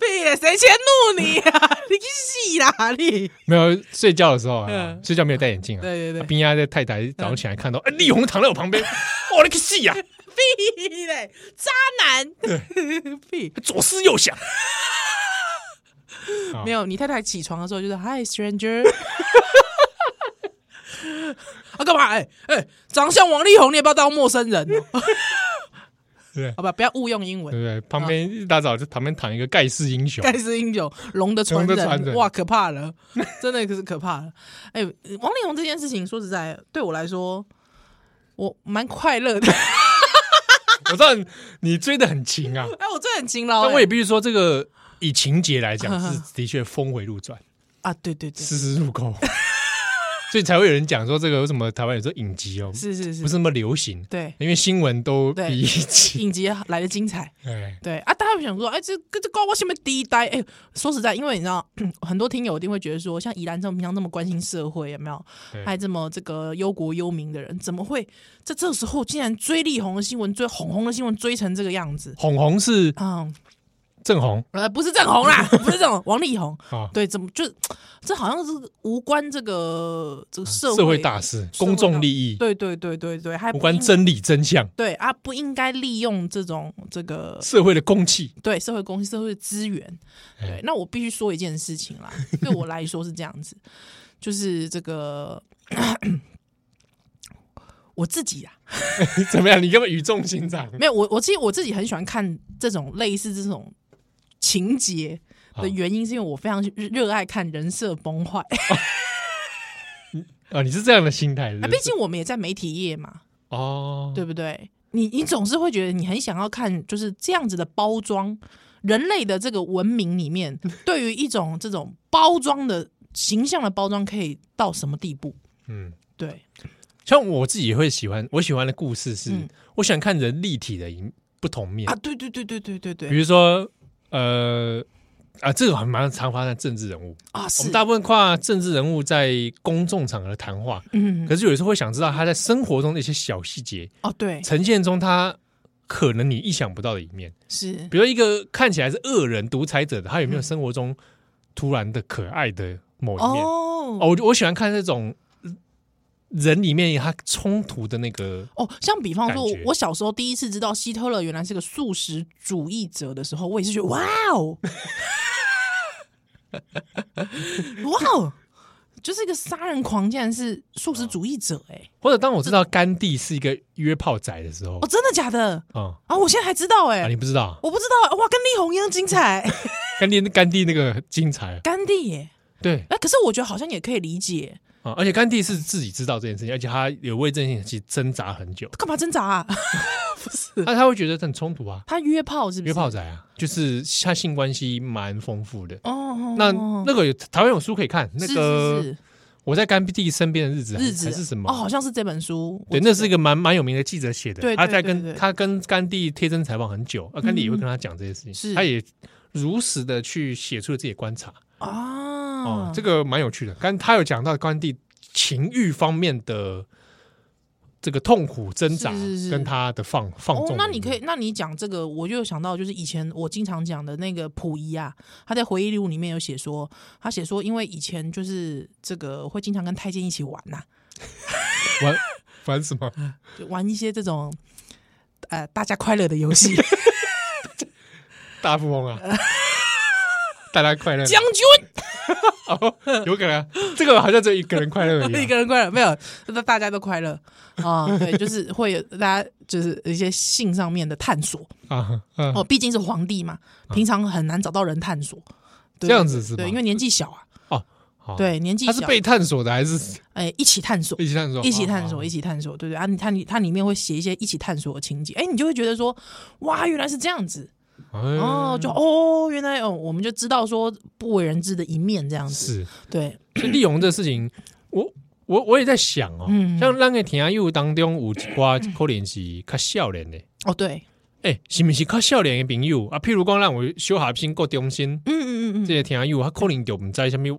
[SPEAKER 3] 屁嘞！谁迁怒你啊呀、 你去死啦你！
[SPEAKER 2] 没有睡觉的时候啊
[SPEAKER 3] 嗯，
[SPEAKER 2] 睡觉没有戴眼镜啊，
[SPEAKER 3] 对嗯对对，
[SPEAKER 2] 冰丫在太太早上起来看到，哎，力宏躺在我旁 边，哇，那个戏啊呀，
[SPEAKER 3] 屁嘞！渣男！ 屁！
[SPEAKER 2] 左思右
[SPEAKER 3] 啊
[SPEAKER 2] 想，
[SPEAKER 3] 哦 没有，你太太起床的时候就是 Hi stranger。啊，干嘛？哎、哎、长相王力宏，你也不要当陌生人、 哦，
[SPEAKER 2] 对
[SPEAKER 3] 好吧，不要误用英
[SPEAKER 2] 对
[SPEAKER 3] 文。
[SPEAKER 2] 不对？旁边一大早就旁边躺一个盖世英雄，
[SPEAKER 3] 盖世英雄，龙的传
[SPEAKER 2] 龙的传
[SPEAKER 3] 人，
[SPEAKER 2] 人
[SPEAKER 3] 哇，可怕了，真的可是可怕了。 哎、王力宏这件事情，说实在，对我来说，我蛮快乐的。 哎
[SPEAKER 2] 我知道你你追的很勤啊，
[SPEAKER 3] 哎，我真的很勤劳、
[SPEAKER 2] 但
[SPEAKER 3] 哎
[SPEAKER 2] 我也必须说，这个以情节来讲
[SPEAKER 3] 呵呵
[SPEAKER 2] 是的确峰回路 转，
[SPEAKER 3] 啊，对对对，
[SPEAKER 2] 丝丝入扣， 所以才会有人讲说这个为什么台湾有时候影集哦
[SPEAKER 3] 是是是，
[SPEAKER 2] 不是那么流行，
[SPEAKER 3] 对
[SPEAKER 2] 因为新闻都
[SPEAKER 3] 对
[SPEAKER 2] 比一 起，
[SPEAKER 3] 影集来的精彩。
[SPEAKER 2] 哎，
[SPEAKER 3] 对啊，大家会想说，哎、这这这关我什么第一代？哎、说实在，因为你知道， 很多听友一定会觉得说，像宜兰这种平常那么关心社会，有没有
[SPEAKER 2] 对？
[SPEAKER 3] 还这么这个忧国忧民的人，怎么会在这时候竟然追力宏的新闻、追红红的新闻追成这个样子？
[SPEAKER 2] 红红是
[SPEAKER 3] 嗯，
[SPEAKER 2] 正红
[SPEAKER 3] 呃，不是郑红啦，不是郑红，王力宏。
[SPEAKER 2] 啊，
[SPEAKER 3] 对，怎么就这好像是无关这个这个社会
[SPEAKER 2] 社会大事、
[SPEAKER 3] 社会
[SPEAKER 2] 公众
[SPEAKER 3] 大
[SPEAKER 2] 利益，
[SPEAKER 3] 对对对对对，还
[SPEAKER 2] 无
[SPEAKER 3] 不
[SPEAKER 2] 关
[SPEAKER 3] 应
[SPEAKER 2] 真理真相、
[SPEAKER 3] 对啊，不应该利用这种这个
[SPEAKER 2] 社会的公器，
[SPEAKER 3] 对社会公司、社会资源。对
[SPEAKER 2] 哎，
[SPEAKER 3] 那我必须说一件事情啦，对我来说是这样子，就是这个我自己啊，
[SPEAKER 2] 怎么样？你根本语重心长，
[SPEAKER 3] 没有我，我其实我自己很喜欢看这种类似这种情节的原因，是因为我非常热热爱看人设崩坏。
[SPEAKER 2] 啊，你是这样的心态，是不
[SPEAKER 3] 啊，
[SPEAKER 2] 是
[SPEAKER 3] 毕竟我们也在媒体业嘛，
[SPEAKER 2] 哦，
[SPEAKER 3] 对不对？你你总是会觉得你很想要看，就是这样子的包装，人类的这个文明里 面，对于一种这种包装的形象的包装，可以到什么地步？
[SPEAKER 2] 嗯，
[SPEAKER 3] 对，
[SPEAKER 2] 像我自己也会喜欢，我喜欢的故事是，
[SPEAKER 3] 嗯
[SPEAKER 2] 我喜欢看人立体的一不同面
[SPEAKER 3] 啊，，对对对对对对
[SPEAKER 2] 比
[SPEAKER 3] 对，
[SPEAKER 2] 如说，呃，啊，这个很蛮常发生在政治人物，
[SPEAKER 3] 啊
[SPEAKER 2] 我
[SPEAKER 3] 是
[SPEAKER 2] 们，大部分跨政治人物在公众场合的谈话，
[SPEAKER 3] 嗯，
[SPEAKER 2] 可是有时候会想知道他在生活中的一些小细节，
[SPEAKER 3] 哦对，
[SPEAKER 2] 呈现中他可能你意想不到的一面，
[SPEAKER 3] 是
[SPEAKER 2] 比如一个看起来是恶人、独裁者的，他有没有生活中突然的可爱的某一面？
[SPEAKER 3] 哦
[SPEAKER 2] 哦，我我喜欢看那种人里面他冲突的那个
[SPEAKER 3] 哦，像比方说
[SPEAKER 2] 感觉，
[SPEAKER 3] 我小时候第一次知道希特勒原来是个素食主义者的时候，我也是觉得哇哦，哇哦，就是一个杀人狂，竟然是素食主义者哎、
[SPEAKER 2] 或者当我知道甘地是一个约炮仔的时候
[SPEAKER 3] 哦，，真的假的？
[SPEAKER 2] 嗯
[SPEAKER 3] 啊，我现在还知道哎、
[SPEAKER 2] 啊，你不知道啊
[SPEAKER 3] 我不知道哇，跟力宏一样 精彩，
[SPEAKER 2] 甘地甘地那个精彩，啊
[SPEAKER 3] 甘地耶、
[SPEAKER 2] 对
[SPEAKER 3] 哎、可是我觉得好像也可以理解，
[SPEAKER 2] 啊，而且甘地是自己知道这件事情，而且他有为这件事情其实挣扎很久，
[SPEAKER 3] 干嘛挣扎、啊？不是
[SPEAKER 2] 那他会觉得很冲突啊，
[SPEAKER 3] 他约炮是不是？
[SPEAKER 2] 约炮仔啊，就是他性关系蛮丰富的。
[SPEAKER 3] 哦，
[SPEAKER 2] 那那个有台湾有书可以看，那
[SPEAKER 3] 是
[SPEAKER 2] 个
[SPEAKER 3] 是
[SPEAKER 2] 我在甘地身边的日子
[SPEAKER 3] 是
[SPEAKER 2] 还
[SPEAKER 3] 日子
[SPEAKER 2] 还是什
[SPEAKER 3] 哦，
[SPEAKER 2] 么？
[SPEAKER 3] 好像是这本书，
[SPEAKER 2] 对，
[SPEAKER 3] 我记得
[SPEAKER 2] 那是一个蛮蛮有名的记者写的，
[SPEAKER 3] 对
[SPEAKER 2] 他
[SPEAKER 3] 对
[SPEAKER 2] 在
[SPEAKER 3] 对对
[SPEAKER 2] 跟他跟甘地贴身采访很久，啊，甘地也会跟他讲这些事情，
[SPEAKER 3] 是
[SPEAKER 2] 他也如实的去写出了自己的观察。
[SPEAKER 3] 啊，
[SPEAKER 2] 哦，这个蛮有趣的。刚他有讲到甘地情欲方面的这个痛苦挣扎，
[SPEAKER 3] 是是是
[SPEAKER 2] 跟他的放放纵、
[SPEAKER 3] 哦，那你可以，，那你讲这个，我就想到就是以前我经常讲的那个溥仪啊，他在回忆录里面有写说，他写说因为以前就是这个会经常跟太监一起玩呐、
[SPEAKER 2] 玩玩什么？
[SPEAKER 3] 就玩一些这种呃大家快乐的游戏，
[SPEAKER 2] 啊大富翁 啊！大家快乐，
[SPEAKER 3] 将军
[SPEAKER 2] 有可能啊、这个好像只有一个人快乐而已啊、
[SPEAKER 3] 一个人快乐没有，那大家都快乐啊、对，就是会有大家就是一些性上面的探索
[SPEAKER 2] 啊，嗯
[SPEAKER 3] 哦，毕竟是皇帝嘛，平常很难找到人探索，对
[SPEAKER 2] 这样子是吧
[SPEAKER 3] 对，因为年纪小啊，
[SPEAKER 2] 哦，好，
[SPEAKER 3] 对，年纪
[SPEAKER 2] 他
[SPEAKER 3] 小
[SPEAKER 2] 是被探索的还是
[SPEAKER 3] 哎一起探索。
[SPEAKER 2] 一起探索？
[SPEAKER 3] 一起探索，
[SPEAKER 2] 哦
[SPEAKER 3] 一起探索，对不对啊？你它里它里面会写一些一起探索的情节，哎，你就会觉得说，哇，原来是这样子，
[SPEAKER 2] 哎嗯
[SPEAKER 3] 哦，就哦，原来哦，我们就知道说不为人知的一面这样子，
[SPEAKER 2] 是。
[SPEAKER 3] 对，
[SPEAKER 2] 所以利用这事情，我我我也在想哦，
[SPEAKER 3] 嗯
[SPEAKER 2] 像《浪个天涯又当中有一寡可能是较少年的。
[SPEAKER 3] 哦，对，
[SPEAKER 2] 诶、是毋是较少年的朋友啊？譬如讲，让我小下心过中心，
[SPEAKER 3] 嗯嗯嗯
[SPEAKER 2] 这些听友，他可能就毋知虾米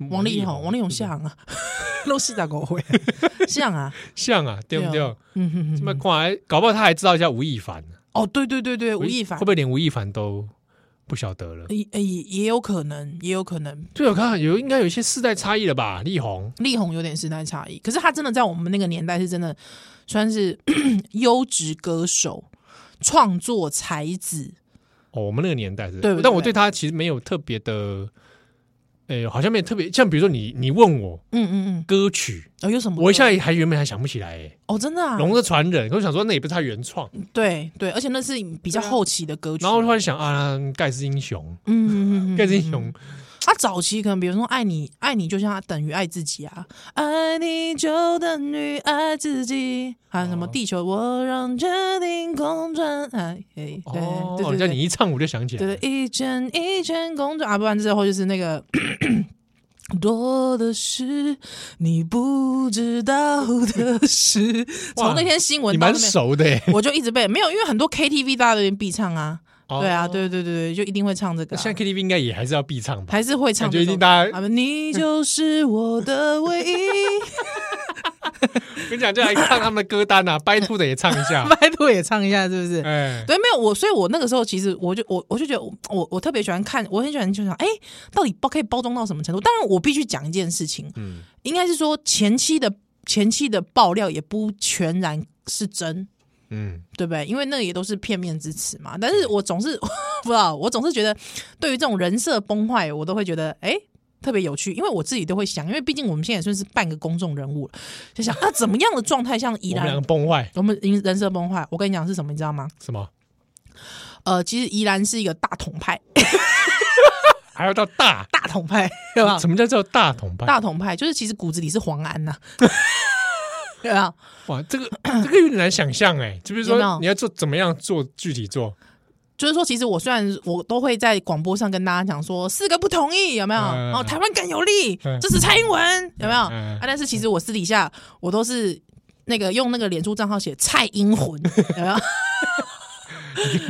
[SPEAKER 3] 嗯，王力宏，王力宏像啊， 露西咋狗会像啊，
[SPEAKER 2] 像啊，对不对
[SPEAKER 3] 对？嗯嗯
[SPEAKER 2] 这
[SPEAKER 3] 嗯
[SPEAKER 2] 么
[SPEAKER 3] 嗯，
[SPEAKER 2] 看，搞不好他还知道一下吴亦凡，
[SPEAKER 3] 哦，对对对对，吴亦凡
[SPEAKER 2] 会不会连吴亦凡都不晓得了？
[SPEAKER 3] 也也也有可能，也有可能，
[SPEAKER 2] 对，我看有应该有一些世代差异了吧？力宏
[SPEAKER 3] 力宏有点时代差异，可是他真的在我们那个年代是真的算是 优质歌手、创作才子。
[SPEAKER 2] 哦，我们那个年代是，
[SPEAKER 3] 对不对
[SPEAKER 2] 但我对他其实没有特别的诶、好像没有特别，像比如说你你问我
[SPEAKER 3] 嗯嗯嗯，
[SPEAKER 2] 歌曲，
[SPEAKER 3] 哦，有什么歌？
[SPEAKER 2] 我一下还原本还想不起来、欸，
[SPEAKER 3] 哦，真的啊，嗯
[SPEAKER 2] 龙的传人》，我想说那也不是他原创，
[SPEAKER 3] 对对，而且那是比较后期的歌曲。
[SPEAKER 2] 然后突然想啊，盖世英雄，
[SPEAKER 3] 嗯，嗯嗯嗯，
[SPEAKER 2] 盖世英雄，
[SPEAKER 3] 他早期可能比如说爱你，爱你就像等于爱自己啊，爱你就等于爱自己，还有什么地球我让决定公转，哎哎，对
[SPEAKER 2] 哦，
[SPEAKER 3] 对对
[SPEAKER 2] 像
[SPEAKER 3] 对，
[SPEAKER 2] 你一唱我就想起来
[SPEAKER 3] 对
[SPEAKER 2] 了，
[SPEAKER 3] 对一圈一圈公转啊，不然之后就是那个。多的是你不知道的事。
[SPEAKER 2] 哇
[SPEAKER 3] 从那天新闻
[SPEAKER 2] 你
[SPEAKER 3] 到
[SPEAKER 2] 蛮
[SPEAKER 3] 那边
[SPEAKER 2] 熟的、 欸，
[SPEAKER 3] 我就一直被没有，因为很多 KTV 大家都已经必唱啊，
[SPEAKER 2] 哦
[SPEAKER 3] 对啊，对对对对，就一定会唱这个
[SPEAKER 2] 那
[SPEAKER 3] 啊、
[SPEAKER 2] 现在 KTV 应该也还是要必唱吧？
[SPEAKER 3] 还是会唱
[SPEAKER 2] 感
[SPEAKER 3] 这
[SPEAKER 2] 觉
[SPEAKER 3] 首歌。
[SPEAKER 2] 一定大家
[SPEAKER 3] 啊，你就是我的唯一，
[SPEAKER 2] 我跟你讲，就来唱他们的歌单啊，拜托的也唱一 下，
[SPEAKER 3] 拜托也唱一下，是不是？
[SPEAKER 2] 哎、
[SPEAKER 3] 对，没有我，所以我那个时候其实我就我我就觉得我我我特别喜欢看，我很喜欢就想，哎，到底包可以包装到什么程度？当然，我必须讲一件事情，
[SPEAKER 2] 嗯，
[SPEAKER 3] 应该是说前期的前期的爆料也不全然是真，
[SPEAKER 2] 嗯，
[SPEAKER 3] 对不对？因为那也都是片面之词嘛。但是我总是 不知道，我总是觉得对于这种人设崩坏，我都会觉得哎。诶特别有趣，因为我自己都会想，因为毕竟我们现在也算是半个公众人物了，就想啊，怎么样的状态像宜
[SPEAKER 2] 我们两
[SPEAKER 3] 兰
[SPEAKER 2] 个，崩坏，
[SPEAKER 3] 我们人人设崩坏。我跟你讲是什么，你知道吗？
[SPEAKER 2] 什么？
[SPEAKER 3] 呃，其实宜兰是一个大统派，
[SPEAKER 2] 还要到大，
[SPEAKER 3] 大 统派，对吧？
[SPEAKER 2] 什么叫叫大统派？
[SPEAKER 3] 大统派就是其实骨子里是黄安呐、 对啊，
[SPEAKER 2] 哇，这个 这个有点难想象哎、就比如
[SPEAKER 3] 有没有
[SPEAKER 2] 说你要做怎么样做具体做，
[SPEAKER 3] 就是说，其实我虽然我都会在广播上跟大家讲说四个不同意有没有？
[SPEAKER 2] 嗯
[SPEAKER 3] 然后台湾更有力
[SPEAKER 2] 嗯，
[SPEAKER 3] 支持蔡英文有没有？
[SPEAKER 2] 嗯
[SPEAKER 3] 啊，但是其实我私底下我都是那个用那个脸书账号写蔡英魂 有没有？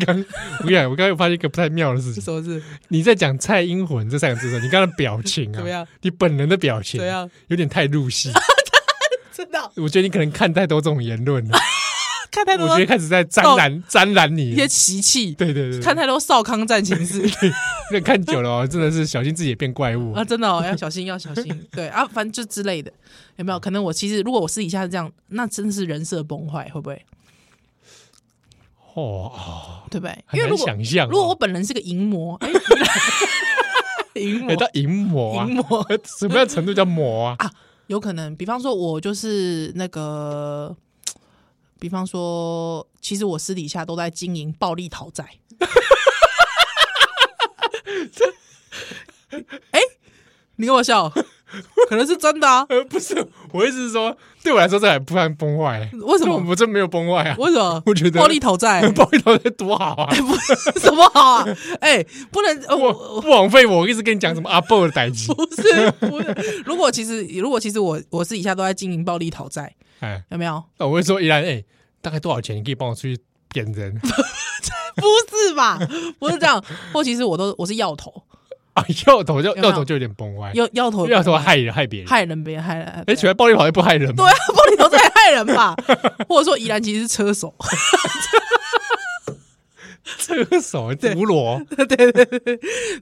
[SPEAKER 2] 刚我跟你讲，我刚才有发现一个不太妙的事情，
[SPEAKER 3] 么事？
[SPEAKER 2] 你在讲“蔡英魂”这三个字的时候，你刚才表情啊，
[SPEAKER 3] 怎么样？
[SPEAKER 2] 你本人的表情，
[SPEAKER 3] 怎样？
[SPEAKER 2] 有点太入戏。
[SPEAKER 3] 真的啊
[SPEAKER 2] 我觉得你可能看太多这种言 论了，
[SPEAKER 3] 看太
[SPEAKER 2] 我
[SPEAKER 3] 多
[SPEAKER 2] 觉得开始在沾
[SPEAKER 3] 哦
[SPEAKER 2] 染沾染你
[SPEAKER 3] 一。些奇气，
[SPEAKER 2] 对对对，
[SPEAKER 3] 看太多少康战情 室
[SPEAKER 2] 那看久了哦，真的是小心自己也变怪物
[SPEAKER 3] 啊，。真的哦，要小心，要小 心。对啊，反正就之类的，有没有？可能我其实如果我私底下是这样，那真的是人设崩坏，会不会？
[SPEAKER 2] 哦，
[SPEAKER 3] 对不对？
[SPEAKER 2] 很
[SPEAKER 3] 因为
[SPEAKER 2] 难
[SPEAKER 3] 如果
[SPEAKER 2] 想象哦。
[SPEAKER 3] 如果我本人是个淫魔，哎， 淫魔
[SPEAKER 2] 哎到淫魔 啊
[SPEAKER 3] 淫，魔
[SPEAKER 2] 什么样程度叫魔啊？
[SPEAKER 3] 有可能，比方说我就是那个，比方说，其实我私底下都在经营暴力 讨债。哎、你跟我笑，可能是真的啊？
[SPEAKER 2] 呃，不是，我意思是说，对我来说这还不算崩坏。
[SPEAKER 3] 为什
[SPEAKER 2] 这
[SPEAKER 3] 么
[SPEAKER 2] 我们真没有崩坏啊。
[SPEAKER 3] 为什么？
[SPEAKER 2] 我觉得
[SPEAKER 3] 暴力讨债、
[SPEAKER 2] 暴力讨债多好啊！
[SPEAKER 3] 不是 什么好啊？哎、不能，呃 我
[SPEAKER 2] 我不枉费我一直跟你讲什么阿伯的代志。
[SPEAKER 3] 不是不是。如果其实，如果其实我我私底下都在经营暴力讨债，
[SPEAKER 2] 哎，
[SPEAKER 3] 有没有？
[SPEAKER 2] 那我会说依然，哎，大概多少钱？你可以帮我出去骗人？
[SPEAKER 3] 不是吧？不是这样，或其实我都我是药头，
[SPEAKER 2] 啊，药头就
[SPEAKER 3] 有没有
[SPEAKER 2] 药头就有点崩坏，
[SPEAKER 3] 药药头
[SPEAKER 2] 哎药头害人害别人。
[SPEAKER 3] 害人别人害人，
[SPEAKER 2] 哎，
[SPEAKER 3] 对
[SPEAKER 2] 喜欢暴力跑也不害人吗
[SPEAKER 3] 对？啊，玻璃头在害人吧？ 或者说宜兰其实是 车手，
[SPEAKER 2] 车手、毒罗、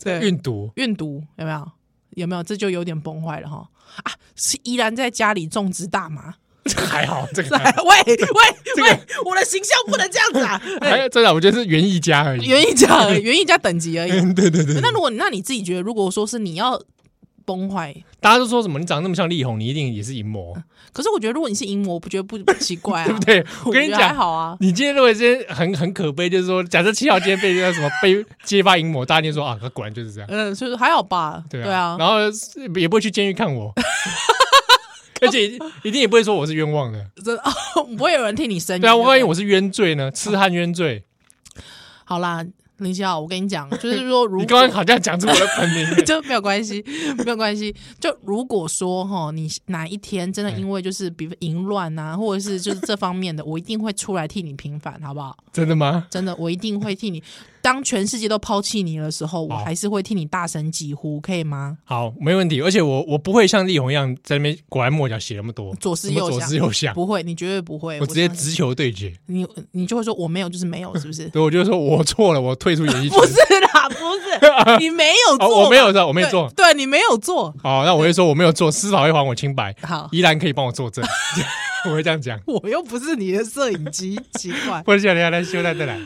[SPEAKER 3] 对，
[SPEAKER 2] 运毒，
[SPEAKER 3] 运毒有没有？有没有？这就有点崩坏了哈啊！是宜兰在家里种植大 麻。
[SPEAKER 2] 这个还 好，这个
[SPEAKER 3] 喂
[SPEAKER 2] 还好
[SPEAKER 3] 喂
[SPEAKER 2] 这
[SPEAKER 3] 喂，我的形象不能这样子 啊！
[SPEAKER 2] 还有哎真的，我觉得是园艺家而已。
[SPEAKER 3] 园艺家 而已，园艺家等级而已。
[SPEAKER 2] 嗯，对对对，
[SPEAKER 3] 那如果那你自己觉得，如果说是你要崩坏，
[SPEAKER 2] 大家都说什么你长得那么像力宏，你一定也是淫魔，
[SPEAKER 3] 可是我觉得如果你是淫魔，我不觉得不不奇怪啊，
[SPEAKER 2] 对不？ 对？我
[SPEAKER 3] 我
[SPEAKER 2] 跟你
[SPEAKER 3] 觉得还
[SPEAKER 2] 讲，
[SPEAKER 3] 好啊。
[SPEAKER 2] 你今天如果今天很很可悲，就是说，假设七号今天被那什么被揭发淫魔，大家就说啊，他果然就是这样，
[SPEAKER 3] 嗯，就是还好吧，
[SPEAKER 2] 对
[SPEAKER 3] 啊，
[SPEAKER 2] 然后是也不会去监狱看我，而且一一定也不会说我是冤枉的，
[SPEAKER 3] 这不会有人替你申冤。
[SPEAKER 2] 对啊，我万一
[SPEAKER 3] 不
[SPEAKER 2] 我是冤罪呢，痴汉冤罪，
[SPEAKER 3] 好啦，林夕啊，我跟你讲，就是 说，如
[SPEAKER 2] 你
[SPEAKER 3] 果，
[SPEAKER 2] 刚刚好像讲出我的本名
[SPEAKER 3] 就没有关系，没有关系。就如果说哈，你哪一天
[SPEAKER 2] 哎
[SPEAKER 3] 真的因为就是比如淫乱啊，或者是就是这方面的，我一定会出来替你平反，好不好？
[SPEAKER 2] 真的 吗？
[SPEAKER 3] 真的，我一定会替你。当全世界都抛弃你的时候，我
[SPEAKER 2] 好
[SPEAKER 3] 还是会替你大声疾呼，可以吗？
[SPEAKER 2] 好，没问题，而且我我不会像力宏一样在那边拐弯抹角写那么多，
[SPEAKER 3] 左思
[SPEAKER 2] 什么
[SPEAKER 3] 右
[SPEAKER 2] 左
[SPEAKER 3] 想
[SPEAKER 2] 思右想，
[SPEAKER 3] 不会，你绝对不会。
[SPEAKER 2] 我直接
[SPEAKER 3] 相信
[SPEAKER 2] 直球对决。
[SPEAKER 3] 你，你就会说我没有，就是没有，是不 是？
[SPEAKER 2] 对，我就说我错了，我退出演艺圈。
[SPEAKER 3] 不是啦，不是， 你没有
[SPEAKER 2] 哦，
[SPEAKER 3] 做嘛，
[SPEAKER 2] 我没有做，我没有
[SPEAKER 3] 对
[SPEAKER 2] 做。
[SPEAKER 3] 对你没有做。
[SPEAKER 2] 好，那我会说我没有做，司法会还我清白，
[SPEAKER 3] 好
[SPEAKER 2] 依然可以帮我作证。 我会这样讲。
[SPEAKER 3] 我又不是你的摄影机，奇 怪。
[SPEAKER 2] 不然下来来修来再来。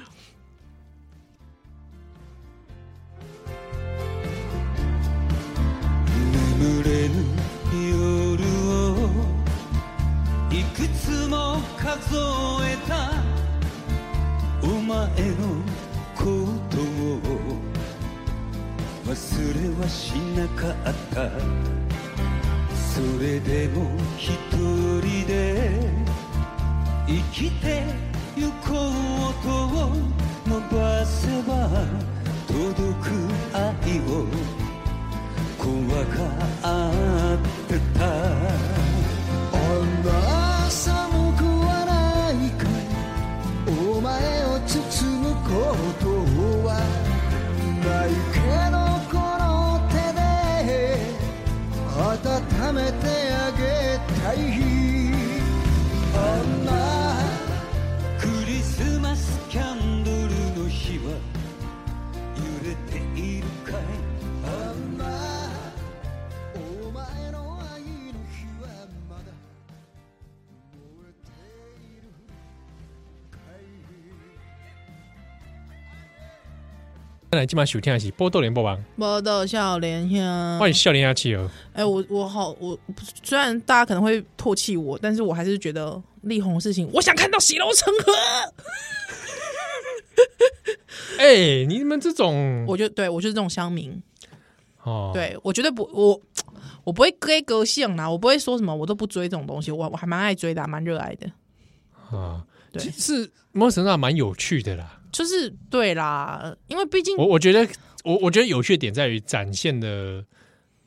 [SPEAKER 4] 「はしなかったそれでも一人で生きてゆこうと伸ばせば届く愛を怖がってた甘さも食わないかいお前を包むことはないけどこの手で温めてあげたいあんなクリスマスキャンドルの日は揺れているかいあんなお前の愛の日はまだ燃えている
[SPEAKER 2] 来今晚收听的是《波多连播网》，
[SPEAKER 3] 报道笑脸香
[SPEAKER 2] 欢迎笑脸阿七 儿。
[SPEAKER 3] 哎、我我好，我虽然大家可能会唾弃我，但是我还是觉得力宏的事情，我想看到血流成河。
[SPEAKER 2] 哎、你们这种
[SPEAKER 3] 我就对我就是这种乡民，
[SPEAKER 2] 哦，，
[SPEAKER 3] 对我绝对不我我不会追歌性啦，我不会说什么我都不追这种东西，我我还蛮爱追的啊、蛮热爱的，
[SPEAKER 2] 啊，
[SPEAKER 3] 对
[SPEAKER 2] 其实某种程度上蛮有趣的啦。
[SPEAKER 3] 就是对啦，因为毕竟
[SPEAKER 2] 我我觉得，我我觉得有趣的点在于展现了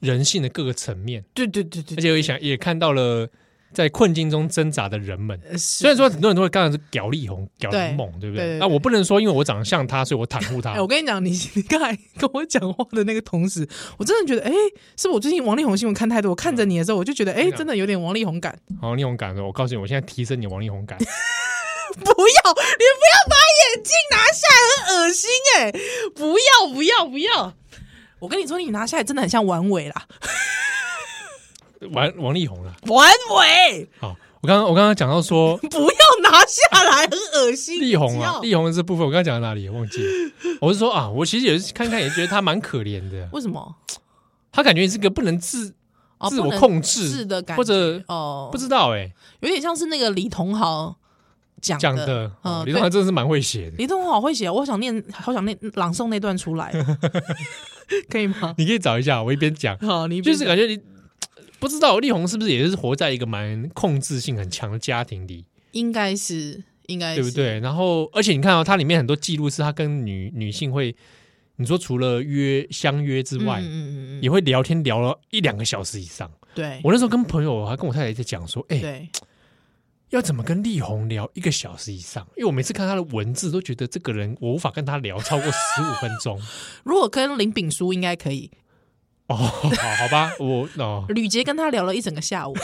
[SPEAKER 2] 人性的各个层面，
[SPEAKER 3] 对对对对，
[SPEAKER 2] 而且我也想也看到了在困境中挣扎的人们。
[SPEAKER 3] 呃是
[SPEAKER 2] 虽然说很多人都会刚才是屌力红、屌力猛，对不对？
[SPEAKER 3] 对对
[SPEAKER 2] 那我不能说因为我长得像他，所以我袒护他
[SPEAKER 3] 哎、。 我跟你讲，你你刚才跟我讲话的那个同时，我真的觉得，哎、是不是我最近王力宏新闻看太多？我看着你的时候，我就觉得，哎、真的有点王力宏感。
[SPEAKER 2] 王力宏感的，我告诉你，我现在提升你的王力宏感。
[SPEAKER 3] 不要，你不要把眼镜拿下来，很恶心哎、不要，不要，不要！我跟你说，你拿下来真的很像丸尾啦，
[SPEAKER 2] 王王力宏啦，
[SPEAKER 3] 丸尾，
[SPEAKER 2] 好，我刚刚我刚刚讲到 说
[SPEAKER 3] 不要拿下来，很恶心。
[SPEAKER 2] 力宏啊，
[SPEAKER 3] 不要
[SPEAKER 2] 力宏的这部分我刚刚讲到哪里？我忘记 了。我是说啊，我其实也是看看，也觉得他蛮可怜的。
[SPEAKER 3] 为什么？
[SPEAKER 2] 他感觉是个不能自
[SPEAKER 3] 哦
[SPEAKER 2] 自
[SPEAKER 3] 不
[SPEAKER 2] 我
[SPEAKER 3] 能
[SPEAKER 2] 控制
[SPEAKER 3] 自的感觉，
[SPEAKER 2] 或者
[SPEAKER 3] 哦，
[SPEAKER 2] 不知道哎
[SPEAKER 3] 有点像是那个李同豪讲
[SPEAKER 2] 讲的。哦
[SPEAKER 3] 嗯，
[SPEAKER 2] 李
[SPEAKER 3] 对
[SPEAKER 2] 宗翰真的是蛮会写的，
[SPEAKER 3] 李宗豪会写，我想念，好想念朗诵那段出 来，可以吗？
[SPEAKER 2] 你可以找一下。我一边讲，
[SPEAKER 3] 好，你
[SPEAKER 2] 就是感觉你不知道力宏是不是也是活在一个蛮控制性很强的家庭里。
[SPEAKER 3] 应该是应哎该是
[SPEAKER 2] 对不？对？然后，而且你看到、哦、它里面很多记录是他跟女女性会，你说除了约相约之外，
[SPEAKER 3] 嗯嗯嗯嗯
[SPEAKER 2] 也会聊天聊了一两个小时以上。
[SPEAKER 3] 嗯，对，
[SPEAKER 2] 我那时候跟朋友还跟我太太在讲说，哎、
[SPEAKER 3] 对
[SPEAKER 2] 要怎么跟力宏聊一个小时以上？因为我每次看他的文字都觉得这个人我无法跟他聊超过十五分 钟。
[SPEAKER 3] 如果跟林炳书应该可以，
[SPEAKER 2] 哦，好好吧，我 哦，
[SPEAKER 3] 吕杰跟他聊了一整 个下午，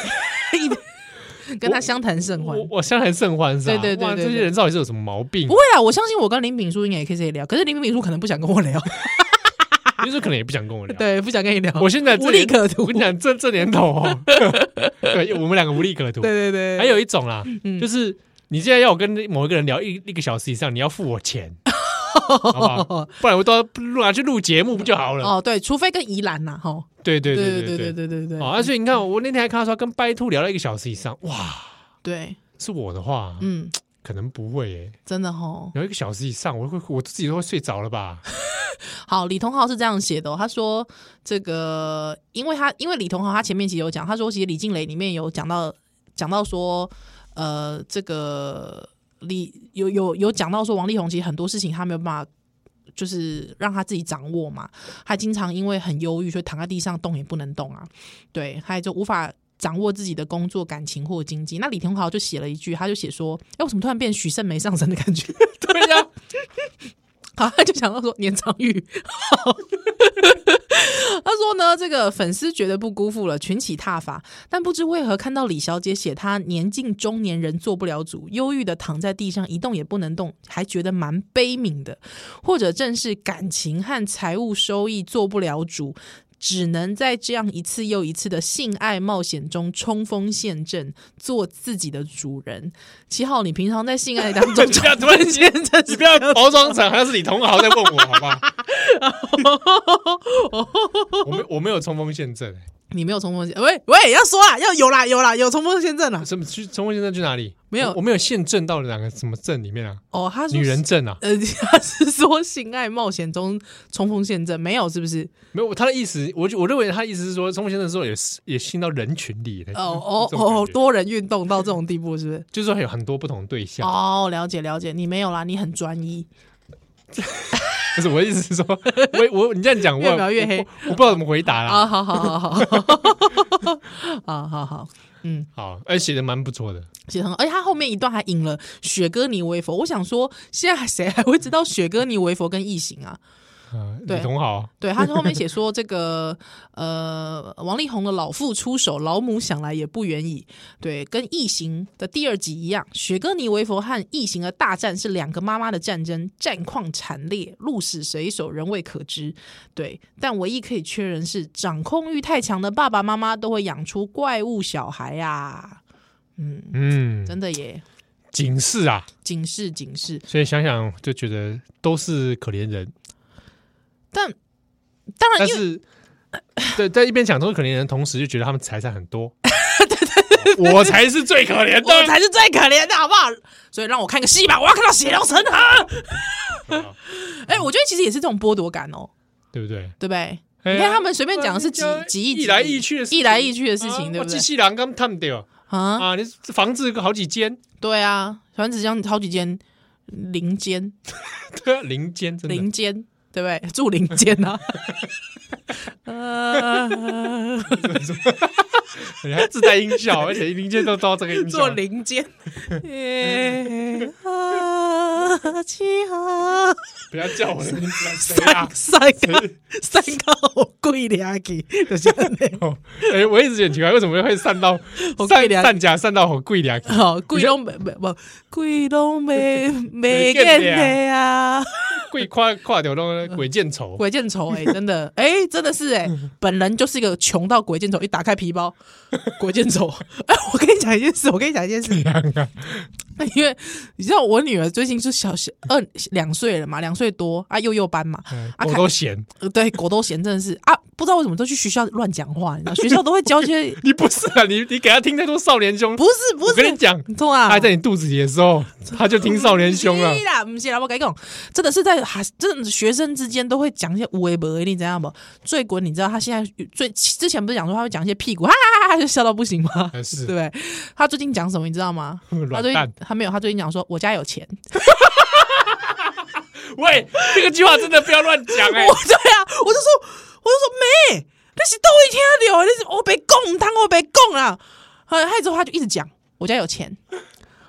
[SPEAKER 3] 一跟他相谈甚欢
[SPEAKER 2] 我。我相谈甚欢是吧？
[SPEAKER 3] 对对对
[SPEAKER 2] 哇
[SPEAKER 3] 对
[SPEAKER 2] 这
[SPEAKER 3] 对
[SPEAKER 2] 些人到底是有什么毛病
[SPEAKER 3] 不？会啊啦，我相信我跟林炳书应该也可以聊，可是林炳书可能不想跟 我聊，
[SPEAKER 2] 因为这可能也不想跟我聊。
[SPEAKER 3] 对，不想跟你聊。
[SPEAKER 2] 我现在这
[SPEAKER 3] 无利
[SPEAKER 2] 年
[SPEAKER 3] 可图
[SPEAKER 2] 我跟你讲，这这年头、哦， 对我们两个无利可图。
[SPEAKER 3] 对对对，
[SPEAKER 2] 还有一种啦，就是你现在要我跟某一个人聊一一个小时以上，你要付我钱，好不好？不然我都要拿去录节目不就好了？
[SPEAKER 3] 哦，对，除非跟宜兰呐，哈，
[SPEAKER 2] 对对对
[SPEAKER 3] 对
[SPEAKER 2] 对
[SPEAKER 3] 对对对对对，
[SPEAKER 2] 哦，而且你看，我那天还看到说跟白兔聊了一个小时以上，哇！
[SPEAKER 3] 对，
[SPEAKER 2] 是我的话，
[SPEAKER 3] 嗯，
[SPEAKER 2] 可能不会耶，
[SPEAKER 3] 真的哈，
[SPEAKER 2] 聊一个小时以上，我会我自己都会睡着了吧？
[SPEAKER 3] 好，李同豪是这样写的、哦，他说这个，因为他因为李同豪他前面其实有讲，他说其实李静蕾里面有讲到讲到说，呃，这个李有有有讲到说王力宏其实很多事情他没有办法。就是让他自己掌握嘛，他经常因为很忧郁，所以躺在地上动也不能动啊。对，他也就无法掌握自己的工作、感情或经济。那李同豪就写了一句，他就写说：“哎、我怎么突然变许盛梅上身的感觉？”
[SPEAKER 2] 对呀，
[SPEAKER 3] 好，他就想到说年长玉。 他说呢，这个粉丝觉得不辜负了群起踏法，但不知为何看到李小姐写她年近中年人做不了主，忧郁的躺在地上一动也不能动，还觉得蛮悲悯的。或者正是感情和财务收益做不了主，只能在这样一次又一次的性爱冒险中冲锋陷阵，做自己的主人。七号，你平常在性爱当中
[SPEAKER 2] 不要突然间
[SPEAKER 3] 冲锋陷阵
[SPEAKER 2] 你不要包装成好像是李同豪在问我，好吧？我没我没有冲锋陷阵，
[SPEAKER 3] 你没有冲锋陷，喂喂，要说啦，要有啦有啦，有冲锋陷阵啦。
[SPEAKER 2] 啊什么去中国现在去哪里？
[SPEAKER 3] 没有
[SPEAKER 2] 我我没有县镇到哪个什么镇里面啊？
[SPEAKER 3] 哦，他说
[SPEAKER 2] 女人镇啊？
[SPEAKER 3] 呃， 他是说性爱冒险中冲锋陷阵，没有是不是？
[SPEAKER 2] 没有，他的意思，我就我认为他的意思是说，中国现在的时候也是也进到人群里了。
[SPEAKER 3] 哦哦
[SPEAKER 2] 嗯这种感
[SPEAKER 3] 哦，
[SPEAKER 2] 觉
[SPEAKER 3] 多人运动到这种地步是不是？
[SPEAKER 2] 就是说有很多不同的对象。
[SPEAKER 3] 哦，了解了解，你没有啦，你很专一。
[SPEAKER 2] 不是我的意思是说，我我你这样讲，我
[SPEAKER 3] 越描越黑
[SPEAKER 2] 我，我不知道怎么回答啦。
[SPEAKER 3] 啊，好好好好， 好好好，嗯，
[SPEAKER 2] 好，哎，写的蛮不错的。
[SPEAKER 3] 写得很好，而且他后面一段还引了雪歌尼维佛，我想说，现在谁还会知道雪歌尼维佛跟异形啊？
[SPEAKER 2] 呃
[SPEAKER 3] 对
[SPEAKER 2] 李同好，
[SPEAKER 3] 对，他后面写说这个呃，王力宏的老父出手，老母想来也不远矣。对，跟《异形》的第二集一样，雪歌尼维佛和《异形》的大战是两个妈妈的战争，战况惨烈，鹿死谁手仍未可知。对，但唯一可以确认是，掌控欲太强的爸爸妈妈都会养出怪物小孩啊！嗯，
[SPEAKER 2] 嗯，
[SPEAKER 3] 真的耶，
[SPEAKER 2] 警示啊，
[SPEAKER 3] 警示警示。
[SPEAKER 2] 所以想想就觉得都是可怜人，
[SPEAKER 3] 但当然，
[SPEAKER 2] 但
[SPEAKER 3] 因为
[SPEAKER 2] 是对，在一边讲都是可怜人，同时就觉得他们财产很 多。我才是最可怜
[SPEAKER 3] 我
[SPEAKER 2] 的。
[SPEAKER 3] 才是最可怜的，好不好？所以让我看个戏吧，我要看到血流成河。 哎、我觉得其实也是这种剥夺感哦，
[SPEAKER 2] 对不对？
[SPEAKER 3] 对不对？
[SPEAKER 2] 哎呀
[SPEAKER 3] 你看他们随便讲的是几
[SPEAKER 2] 人家
[SPEAKER 3] 几亿、
[SPEAKER 2] 一来一去的事情
[SPEAKER 3] 啊一来一去的事
[SPEAKER 2] 啊
[SPEAKER 3] 情，对
[SPEAKER 2] 我
[SPEAKER 3] 不对
[SPEAKER 2] 机？器人刚探掉
[SPEAKER 3] 啊，
[SPEAKER 2] 啊！你房子有好几间，
[SPEAKER 3] 对啊，反正只讲好几间零间
[SPEAKER 2] 对啊，零间真的
[SPEAKER 3] 零间，对不对？住零间 啊。呃，
[SPEAKER 2] 你还自带音效， 而且零间都到这个音效
[SPEAKER 3] 做。零 间，哎啊，七啊，
[SPEAKER 2] 不要叫我的名字啊，谁
[SPEAKER 3] 三
[SPEAKER 2] 啊？
[SPEAKER 3] 三个三个好贵的阿给，就是那样
[SPEAKER 2] 哎，我一直觉得很奇怪，为什么会散到
[SPEAKER 3] 好贵
[SPEAKER 2] 散
[SPEAKER 3] 的啊
[SPEAKER 2] 散假散到好贵的啊？
[SPEAKER 3] 好，贵拢没没不，贵哦拢没没
[SPEAKER 2] 没见
[SPEAKER 3] 见的啊！
[SPEAKER 2] 贵跨跨掉那个鬼见愁，
[SPEAKER 3] 鬼见愁哎、真的哎、真的是哎、本人就是一个穷到鬼见愁，一打开皮包，鬼见愁。 哎、我跟你讲一件事，我跟你讲一件事， 啊因为你知道我女儿最近是小小二两岁了嘛，两岁多啊，幼幼班嘛，
[SPEAKER 2] 嗯
[SPEAKER 3] 啊
[SPEAKER 2] 我都闲。
[SPEAKER 3] 呃对，狗都嫌真的是啊，不知道为什么都去学校乱讲话，你知道学校都会教一些
[SPEAKER 2] 你不是啊？你你给他听太多少年凶，
[SPEAKER 3] 不是不
[SPEAKER 2] 我跟你
[SPEAKER 3] 是，
[SPEAKER 2] 讲，
[SPEAKER 3] 懂啊？
[SPEAKER 2] 他还在你肚子里的时候，他就听少年啊凶了
[SPEAKER 3] 不是。啦，不是啦，我跟你讲，真的是在还真的学生之间都会讲一些微博，你知道吗？最滚，你知道他现在最之前不是讲说他会讲一些屁股，哈哈哈哈，就笑到不 行吗？
[SPEAKER 2] 还是？
[SPEAKER 3] 对不对？他最近讲什么，你知道吗他
[SPEAKER 2] 软
[SPEAKER 3] 最
[SPEAKER 2] 蛋
[SPEAKER 3] 近他没有，他最近讲说我家有钱，
[SPEAKER 2] 喂，这个句话真的不要乱讲哎
[SPEAKER 3] 我对啊，我就说我就说没，那是都会听得到，那是我被供，当我被供啊，害害之后他就一直讲我家有钱。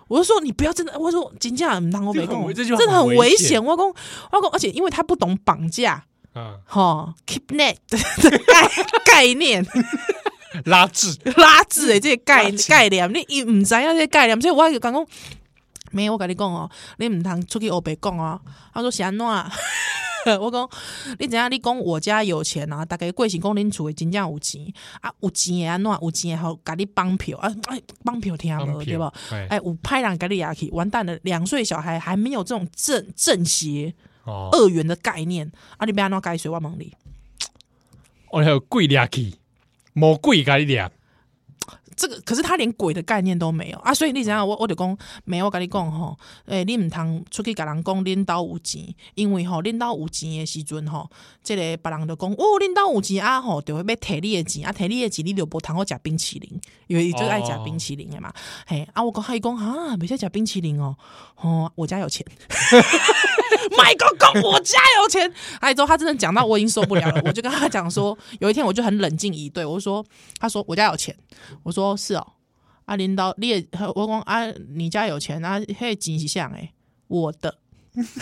[SPEAKER 3] 我就说你不要真的，我说金价唔当我被供，
[SPEAKER 2] 这
[SPEAKER 3] 真
[SPEAKER 2] 句话
[SPEAKER 3] 的
[SPEAKER 2] 很
[SPEAKER 3] 很
[SPEAKER 2] 危
[SPEAKER 3] 危
[SPEAKER 2] 险
[SPEAKER 3] 险。我讲我讲，而且因为他不懂绑架，
[SPEAKER 2] 啊！
[SPEAKER 3] 哈，kidnap 的概概念，
[SPEAKER 2] 拉制，
[SPEAKER 3] 嗯拉字的这个概概念，你伊唔知影这个概念，所以我就讲讲，没我跟你讲哦，你唔通出去黑白讲哦。他说是安怎 啊？我讲，你知影你讲我家有钱啊，大概过是讲恁厝的真正有钱啊，有钱的安怎，有钱的好甲你绑票啊，哎，绑票听
[SPEAKER 2] 当
[SPEAKER 3] 无
[SPEAKER 2] 骗
[SPEAKER 3] 对不？？
[SPEAKER 2] 哎，
[SPEAKER 3] 哎，有派人甲你压去，完蛋了！两岁小孩还没有这种正正邪
[SPEAKER 2] 哦，
[SPEAKER 3] 二元的概念，啊，你要安怎解水我问你。
[SPEAKER 2] 哦，还有鬼俩去，魔鬼咖喱俩，
[SPEAKER 3] 这个可是他连鬼的概念都没有啊，所以你知影我我就讲，没有我跟你讲吼，诶、你毋通出去甲人讲恁兜有钱，因为吼恁兜有钱的时阵吼，即、个别人就讲哦恁兜有钱啊吼，就会要摕你的钱啊，摕你的钱你就无通好食冰淇淋，因为伊最爱食冰淇淋的嘛，嘿啊我讲他伊讲哈，袂使食冰淇淋哦，吼、我家有钱。卖公公，我家有钱。哎，之后他真的讲到我已经受不了了，我就跟他讲说，有一天我就很冷静以对，我说，他说我家有钱，我说是哦，啊，领导你也，我讲啊，你家有钱啊，嘿，几项哎，我的，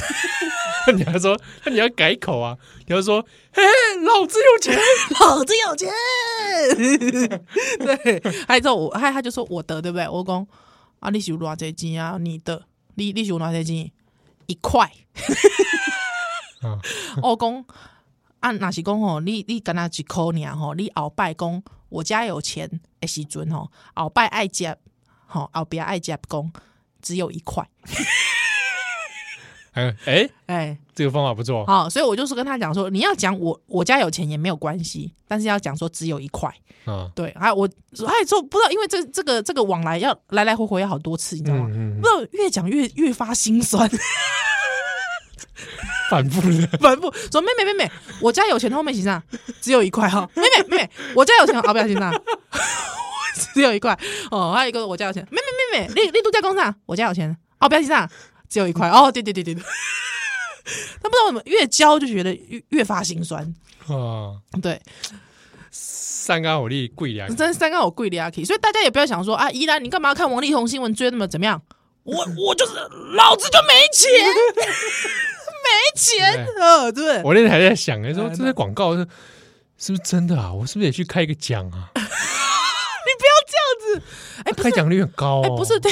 [SPEAKER 2] 你还说，那你要改口啊？你要说，嘿，老子有钱，
[SPEAKER 3] 老子有钱。 对，还有之后我，还他就说我的，对不对？我讲啊，你是有偌济钱啊？你的，你你是有偌济钱？一块。
[SPEAKER 2] 啊
[SPEAKER 3] 我讲啊，若是讲吼，你你敢若一箍尔吼，你后摆讲我家有钱的时阵吼，后摆爱接吼，后壁爱接讲只有一块。
[SPEAKER 2] 还有哎，
[SPEAKER 3] 哎，
[SPEAKER 2] 这个方法不错，
[SPEAKER 3] 好，所以我就是跟他讲说，你要讲我我家有钱也没有关系，但是要讲说只有一块。
[SPEAKER 2] 啊，
[SPEAKER 3] 对，还有我还之后不知道，因为这这个这个往来要来来回回要好多次，你知道吗？
[SPEAKER 2] 嗯嗯嗯
[SPEAKER 3] 不知道越讲越越发心酸，
[SPEAKER 2] 反复的，
[SPEAKER 3] 反复说妹妹妹妹，我家有钱后面行上只有一块哈、妹妹妹妹，我家有钱后面行上 只有一块哦，还有一个我家有钱，妹妹妹妹，你你度假工厂，我家有钱哦，不要行上只有一块哦，对对对对 对，他不知道怎么越教就觉得越越发心酸，
[SPEAKER 2] 啊，
[SPEAKER 3] 对，
[SPEAKER 2] 三高火力贵两，
[SPEAKER 3] 真是三高有贵的阿 K，所以大家也不要想说啊，依然你干嘛看王力宏新闻追那么怎么样？ 我我就是老子就没 钱，没钱，呃，对，
[SPEAKER 2] 我那天还在想，哎，说
[SPEAKER 3] 哎
[SPEAKER 2] 这些广告是是不是真的啊？我是不是得去开一个奖 啊？
[SPEAKER 3] 哎，不
[SPEAKER 2] 开
[SPEAKER 3] 是，
[SPEAKER 2] 奖率很高
[SPEAKER 3] 哎，
[SPEAKER 2] 哦，
[SPEAKER 3] 不是，对，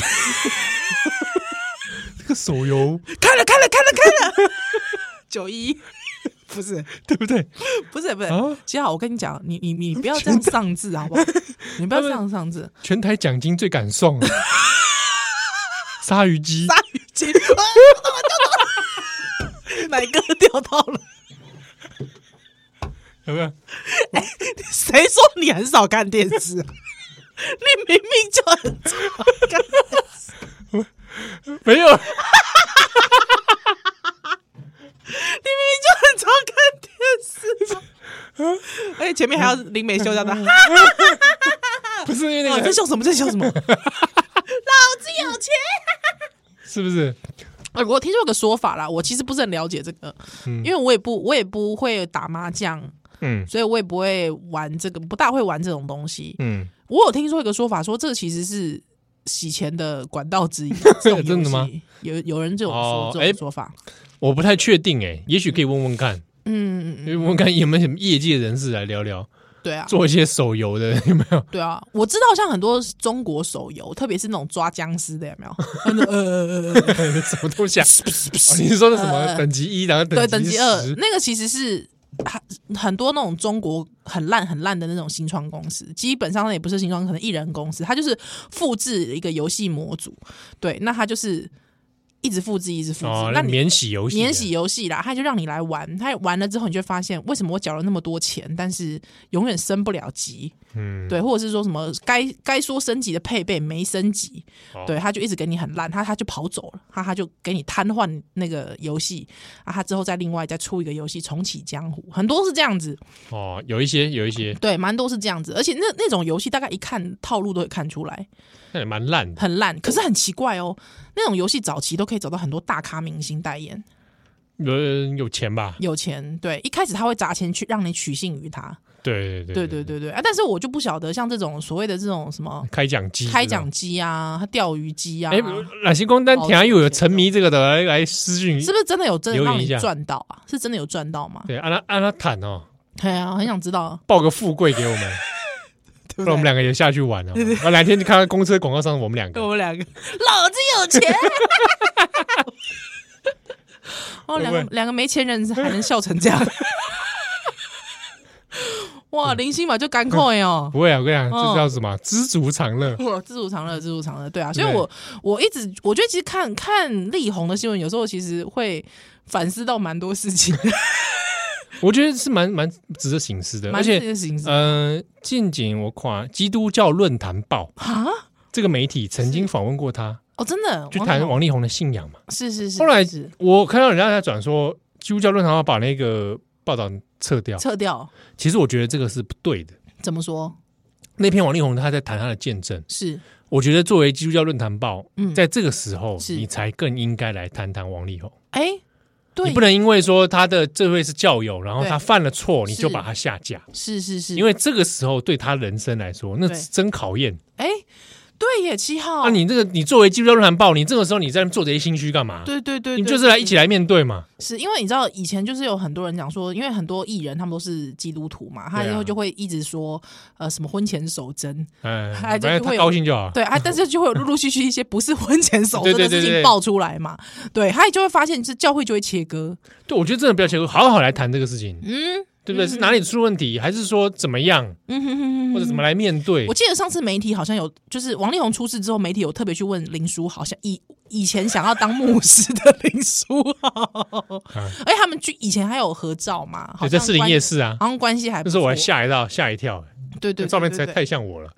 [SPEAKER 2] 这个手游，
[SPEAKER 3] 开了，开了，开了，开了， 九一， 不是，
[SPEAKER 2] 对不对？
[SPEAKER 3] 不是，不是
[SPEAKER 2] 啊，
[SPEAKER 3] 嘉豪，我跟你讲，你你你不要这样上字好不 好？你不要这样上 字，
[SPEAKER 2] 全台奖金最敢送 啊，鲨鱼机，
[SPEAKER 3] 鲨鱼精， 啊我他妈掉到了，奶哥掉到了，
[SPEAKER 2] 有没有？
[SPEAKER 3] 谁说你很少看电视 啊？你明明就很少看电视。
[SPEAKER 2] 没有，
[SPEAKER 3] 你明明就很常看电视嘛，而且前面还要林美秀这样
[SPEAKER 2] 嗯
[SPEAKER 3] 的，哈
[SPEAKER 2] 不是因为那
[SPEAKER 3] 你
[SPEAKER 2] 个
[SPEAKER 3] 在，笑什么？在笑 什么？老子有钱！
[SPEAKER 2] 是不是？
[SPEAKER 3] 哎，我听说有个说法啦，我其实不是很了解这个，因为我也不我也不会打麻将，
[SPEAKER 2] 嗯
[SPEAKER 3] 所以我也不会玩这个，不大会玩这种东西。
[SPEAKER 2] 嗯，
[SPEAKER 3] 我有听说一个说法，说这其实是洗钱的管道 之一。啊这种游戏
[SPEAKER 2] 真的吗？
[SPEAKER 3] 有有人这种
[SPEAKER 2] 哦
[SPEAKER 3] 说这
[SPEAKER 2] 哎
[SPEAKER 3] 种说法，
[SPEAKER 2] 我不太确定哎，也许可以问问看，
[SPEAKER 3] 嗯嗯嗯，
[SPEAKER 2] 问问看有没有什么业界人士来聊聊，
[SPEAKER 3] 对啊，
[SPEAKER 2] 做一些手游的有没 有？
[SPEAKER 3] 对啊，我知道像很多中国手游，特别是那种抓僵尸的，有没有？呃呃呃呃，
[SPEAKER 2] 什么都 想。哦你是说的什么等级一，然后
[SPEAKER 3] 对，
[SPEAKER 2] 等
[SPEAKER 3] 等
[SPEAKER 2] 级
[SPEAKER 3] 级二嗯
[SPEAKER 2] 十
[SPEAKER 3] 那个其实是很很多那种中国很烂很烂的那种新创公司，基本上也不是新创，可能艺人公司，它就是复制一个游戏模组，对，那它就是一直复制，一直复制，
[SPEAKER 2] 哦，
[SPEAKER 3] 那
[SPEAKER 2] 那
[SPEAKER 3] 你
[SPEAKER 2] 免洗游戏，
[SPEAKER 3] 免洗，游戏啦，他就让你来玩，他玩了之后，你就会发现为什么我缴了那么多钱，但是永远升不了级，
[SPEAKER 2] 嗯，
[SPEAKER 3] 对，或者是说什么该该说升级的配备没升级，
[SPEAKER 2] 哦
[SPEAKER 3] 对，他就一直给你很烂，他他就跑走了，他他就给你瘫痪那个游戏啊，他之后再另外再出一个游戏重启江湖，很多是这样子，
[SPEAKER 2] 哦，有一些有一些，
[SPEAKER 3] 对，蛮多是这样子，而且那那种游戏大概一看套路都会看出来
[SPEAKER 2] 那也蛮烂的。
[SPEAKER 3] 很烂，可是很奇怪哦，那种游戏早期都可以找到很多大咖明星代言，
[SPEAKER 2] 有人呃有钱吧？
[SPEAKER 3] 有钱，对，一开始他会砸钱去让你取信于他，
[SPEAKER 2] 对对
[SPEAKER 3] 对对对对啊，但是我就不晓得像这种所谓的这种什么。
[SPEAKER 2] 开奖机，
[SPEAKER 3] 开奖机啊，钓鱼机啊，
[SPEAKER 2] 哎，哪些工单
[SPEAKER 3] 好
[SPEAKER 2] 田又有
[SPEAKER 3] 有钱
[SPEAKER 2] 沉迷这个的来来私讯，
[SPEAKER 3] 是不是真的有真的
[SPEAKER 2] 留言
[SPEAKER 3] 让
[SPEAKER 2] 一
[SPEAKER 3] 你
[SPEAKER 2] 下
[SPEAKER 3] 赚到啊？是真的有赚到吗？
[SPEAKER 2] 对，按他按他坦哦，
[SPEAKER 3] 对啊，很想知道，
[SPEAKER 2] 报个富贵给我们，
[SPEAKER 3] 对
[SPEAKER 2] 不然我们两个也下去玩了。然后两啊天就看到公车广告上我们两个
[SPEAKER 3] 对，我们两个，老子有 钱。哦，
[SPEAKER 2] 对不对
[SPEAKER 3] 两个两个没钱人还能笑成这 样，哇！林心嘛就干慨哦，
[SPEAKER 2] 不会啊，我跟你讲，
[SPEAKER 3] 哦
[SPEAKER 2] 这叫什么？知足常乐。
[SPEAKER 3] 哇，知足常乐，知足常乐，对啊。
[SPEAKER 2] 对
[SPEAKER 3] 所以我我一直我觉得其实看看力宏的新闻，有时候其实会反思到蛮多事情，
[SPEAKER 2] 我觉得是蛮蛮值得省思的，而
[SPEAKER 3] 蛮这
[SPEAKER 2] 且
[SPEAKER 3] 件事情是
[SPEAKER 2] 呃，近景我看基督教论坛报
[SPEAKER 3] 啊，
[SPEAKER 2] 这个媒体曾经访问过他，
[SPEAKER 3] 哦，真的，
[SPEAKER 2] 就
[SPEAKER 3] 王力
[SPEAKER 2] 谈
[SPEAKER 3] 宏
[SPEAKER 2] 王力宏的信仰嘛。
[SPEAKER 3] 是是是，
[SPEAKER 2] 后来
[SPEAKER 3] 是
[SPEAKER 2] 我看到人家在转说基督教论坛报把那个报道撤掉，
[SPEAKER 3] 撤掉，
[SPEAKER 2] 其实我觉得这个是不对的。
[SPEAKER 3] 怎么说？
[SPEAKER 2] 那篇王力宏他在谈他的见证，
[SPEAKER 3] 是
[SPEAKER 2] 我觉得作为基督教论坛报，
[SPEAKER 3] 嗯
[SPEAKER 2] 在这个时候
[SPEAKER 3] 是
[SPEAKER 2] 你才更应该来谈谈王力宏。
[SPEAKER 3] 哎、对，
[SPEAKER 2] 你不能因为说他的这位是教友，然后
[SPEAKER 3] 对
[SPEAKER 2] 他犯了错，你
[SPEAKER 3] 是
[SPEAKER 2] 就把他下架，
[SPEAKER 3] 是是是，
[SPEAKER 2] 因为这个时候对他人生来说，那
[SPEAKER 3] 对哦
[SPEAKER 2] 是真考验。
[SPEAKER 3] 哎、对耶，七号
[SPEAKER 2] 啊，你这个你作为基督教论坛报，你这个时候你在那边做这些心虚干嘛？
[SPEAKER 3] 对对对
[SPEAKER 2] 你
[SPEAKER 3] 对
[SPEAKER 2] 就是来一起来面对嘛。
[SPEAKER 3] 是因为你知道以前就是有很多人讲说，因为很多艺人他们都是基督徒嘛，他
[SPEAKER 2] 对啊
[SPEAKER 3] 以后就会一直说呃什么婚前守贞，
[SPEAKER 2] 哎，
[SPEAKER 3] 还
[SPEAKER 2] 反
[SPEAKER 3] 就会
[SPEAKER 2] 正他高兴就 好。
[SPEAKER 3] 对啊，但是就会有陆陆续续一些不是婚前守
[SPEAKER 2] 对
[SPEAKER 3] 贞
[SPEAKER 2] 对
[SPEAKER 3] 的
[SPEAKER 2] 对
[SPEAKER 3] 事情
[SPEAKER 2] 对
[SPEAKER 3] 爆出来嘛，对，他也就会发现是教会就会切割，
[SPEAKER 2] 对，我觉得真的不要切割，好好来谈这个事情。
[SPEAKER 3] 嗯，
[SPEAKER 2] 对不对？是哪里出问题，还是说怎么样，
[SPEAKER 3] 嗯哼哼哼，
[SPEAKER 2] 或者怎么来面对
[SPEAKER 3] 我？记得上次媒体好像有，就是王力宏出事之后，媒体有特别去问林书豪，像以以前想要当牧师的林书豪，
[SPEAKER 2] 啊
[SPEAKER 3] 而且他们去以前还有合照嘛，好
[SPEAKER 2] 对，
[SPEAKER 3] 像
[SPEAKER 2] 在士林
[SPEAKER 3] 关
[SPEAKER 2] 夜，市啊，
[SPEAKER 3] 好像关系还不
[SPEAKER 2] 那时候我还
[SPEAKER 3] 错
[SPEAKER 2] 吓一到，吓一跳，哎
[SPEAKER 3] 对对对
[SPEAKER 2] 照片才
[SPEAKER 3] 对对
[SPEAKER 2] 太像 我了。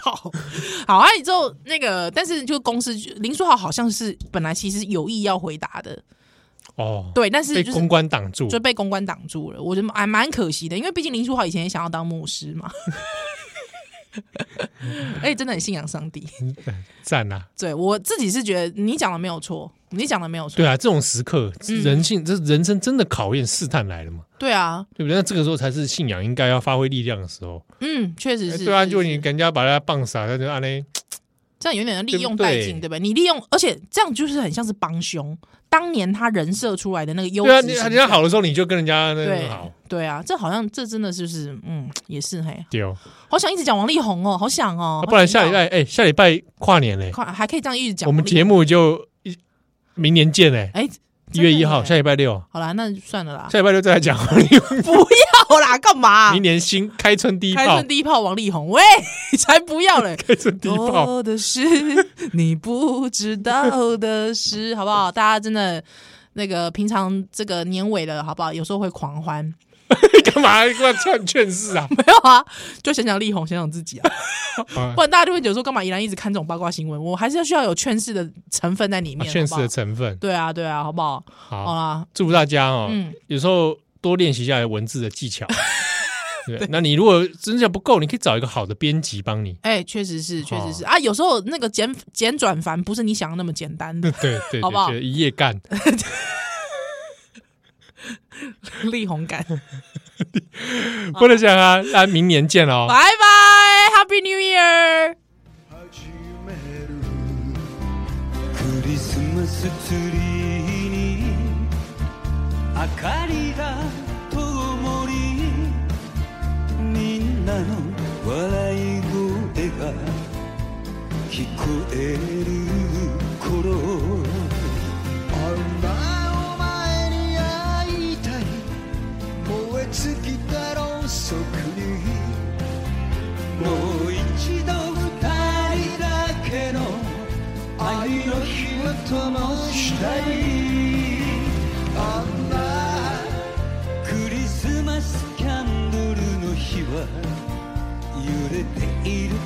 [SPEAKER 3] 靠， 好啊，之后那个，但是就公司林书豪好像是本来其实有意要回答的，
[SPEAKER 2] 哦，
[SPEAKER 3] 对，但是
[SPEAKER 2] 被
[SPEAKER 3] 就是
[SPEAKER 2] 公关挡住
[SPEAKER 3] 就，被公关挡住了，我觉得还蛮可惜的，因为毕竟林书豪以前也想要当牧师嘛， 而且真的很信仰上帝。
[SPEAKER 2] 赞啊！
[SPEAKER 3] 对我自己是觉得你讲的没有错，你讲的没有错，
[SPEAKER 2] 对啊，这种时刻，
[SPEAKER 3] 嗯
[SPEAKER 2] 人性，这人生真的考验试探来了嘛？
[SPEAKER 3] 对啊，
[SPEAKER 2] 对不对？那这个时候才是信仰应该要发挥力量的时候。
[SPEAKER 3] 嗯，确实
[SPEAKER 2] 哎
[SPEAKER 3] 是，
[SPEAKER 2] 对啊，
[SPEAKER 3] 是
[SPEAKER 2] 就是你人家把他棒傻，他就按嘞，
[SPEAKER 3] 这样有点利
[SPEAKER 2] 对不
[SPEAKER 3] 用殆
[SPEAKER 2] 对
[SPEAKER 3] 尽，对不对？你利用，而且这样就是很像是帮凶，当年他人设出来的那个优
[SPEAKER 2] 对啊，
[SPEAKER 3] 质
[SPEAKER 2] 你
[SPEAKER 3] 形象，
[SPEAKER 2] 人家好的时候你就跟人家那
[SPEAKER 3] 对
[SPEAKER 2] 个好
[SPEAKER 3] 对啊，这好像这真的就是，嗯，也是嘿，
[SPEAKER 2] 丢，啊
[SPEAKER 3] 好想一直讲王力宏哦，好想哦，
[SPEAKER 2] 不然下礼
[SPEAKER 3] 好想
[SPEAKER 2] 拜哎，下礼拜跨年嘞
[SPEAKER 3] 要，快还可以这样一直讲
[SPEAKER 2] 我
[SPEAKER 3] 王力
[SPEAKER 2] 们
[SPEAKER 3] 宏。
[SPEAKER 2] 节目就一明年见嘞，
[SPEAKER 3] 哎，
[SPEAKER 2] 一
[SPEAKER 3] 真的
[SPEAKER 2] 月一号，
[SPEAKER 3] 耶
[SPEAKER 2] 下礼拜六，
[SPEAKER 3] 好啦，那算了啦，
[SPEAKER 2] 下礼拜六再来讲王力宏，
[SPEAKER 3] 不要啦，干嘛
[SPEAKER 2] 明？年新开春第一
[SPEAKER 3] 开
[SPEAKER 2] 炮
[SPEAKER 3] 春，第一炮，王力宏，喂， 才不要嘞！
[SPEAKER 2] 开春 第一炮，
[SPEAKER 3] 多的是你不知道的事， 好不好？大家真的那个平常这个年尾了，好不好？有时候会狂欢，
[SPEAKER 2] 干嘛干嘛劝劝世啊？
[SPEAKER 3] 没有啊？就想想力宏，想想 自己啊，
[SPEAKER 2] 啊
[SPEAKER 3] 不然大家就会觉得说，干嘛依然一直看这种八卦新闻？我还是需要有劝世的成分在里面，
[SPEAKER 2] 劝世
[SPEAKER 3] 好
[SPEAKER 2] 啊的
[SPEAKER 3] 不好
[SPEAKER 2] 成分，
[SPEAKER 3] 对啊，对啊，好不好？好
[SPEAKER 2] 好，
[SPEAKER 3] 啦，
[SPEAKER 2] 祝福大家哦，
[SPEAKER 3] 嗯
[SPEAKER 2] 有时候多练习一下文字的技 巧。对，那你如果真的不够，你可以找一个好的编辑帮你。
[SPEAKER 3] 哎、确实是，确实是啊。有时候那个简简转繁不是你想的那么简单的。
[SPEAKER 2] 对对，
[SPEAKER 3] 好不好
[SPEAKER 2] 对一夜干，
[SPEAKER 3] 力宏感，
[SPEAKER 2] 不能讲啊，那明年见哦
[SPEAKER 3] 拜。拜，Happy New Year。
[SPEAKER 4] 始めるクリスマスツリーに明かりが灯りみんなの笑い声が聞こえる頃女を前に会いたい燃え尽きたろうそくにもう一度二人だけの愛の火を灯したいあんなクリスマスキャンドルの日は揺れている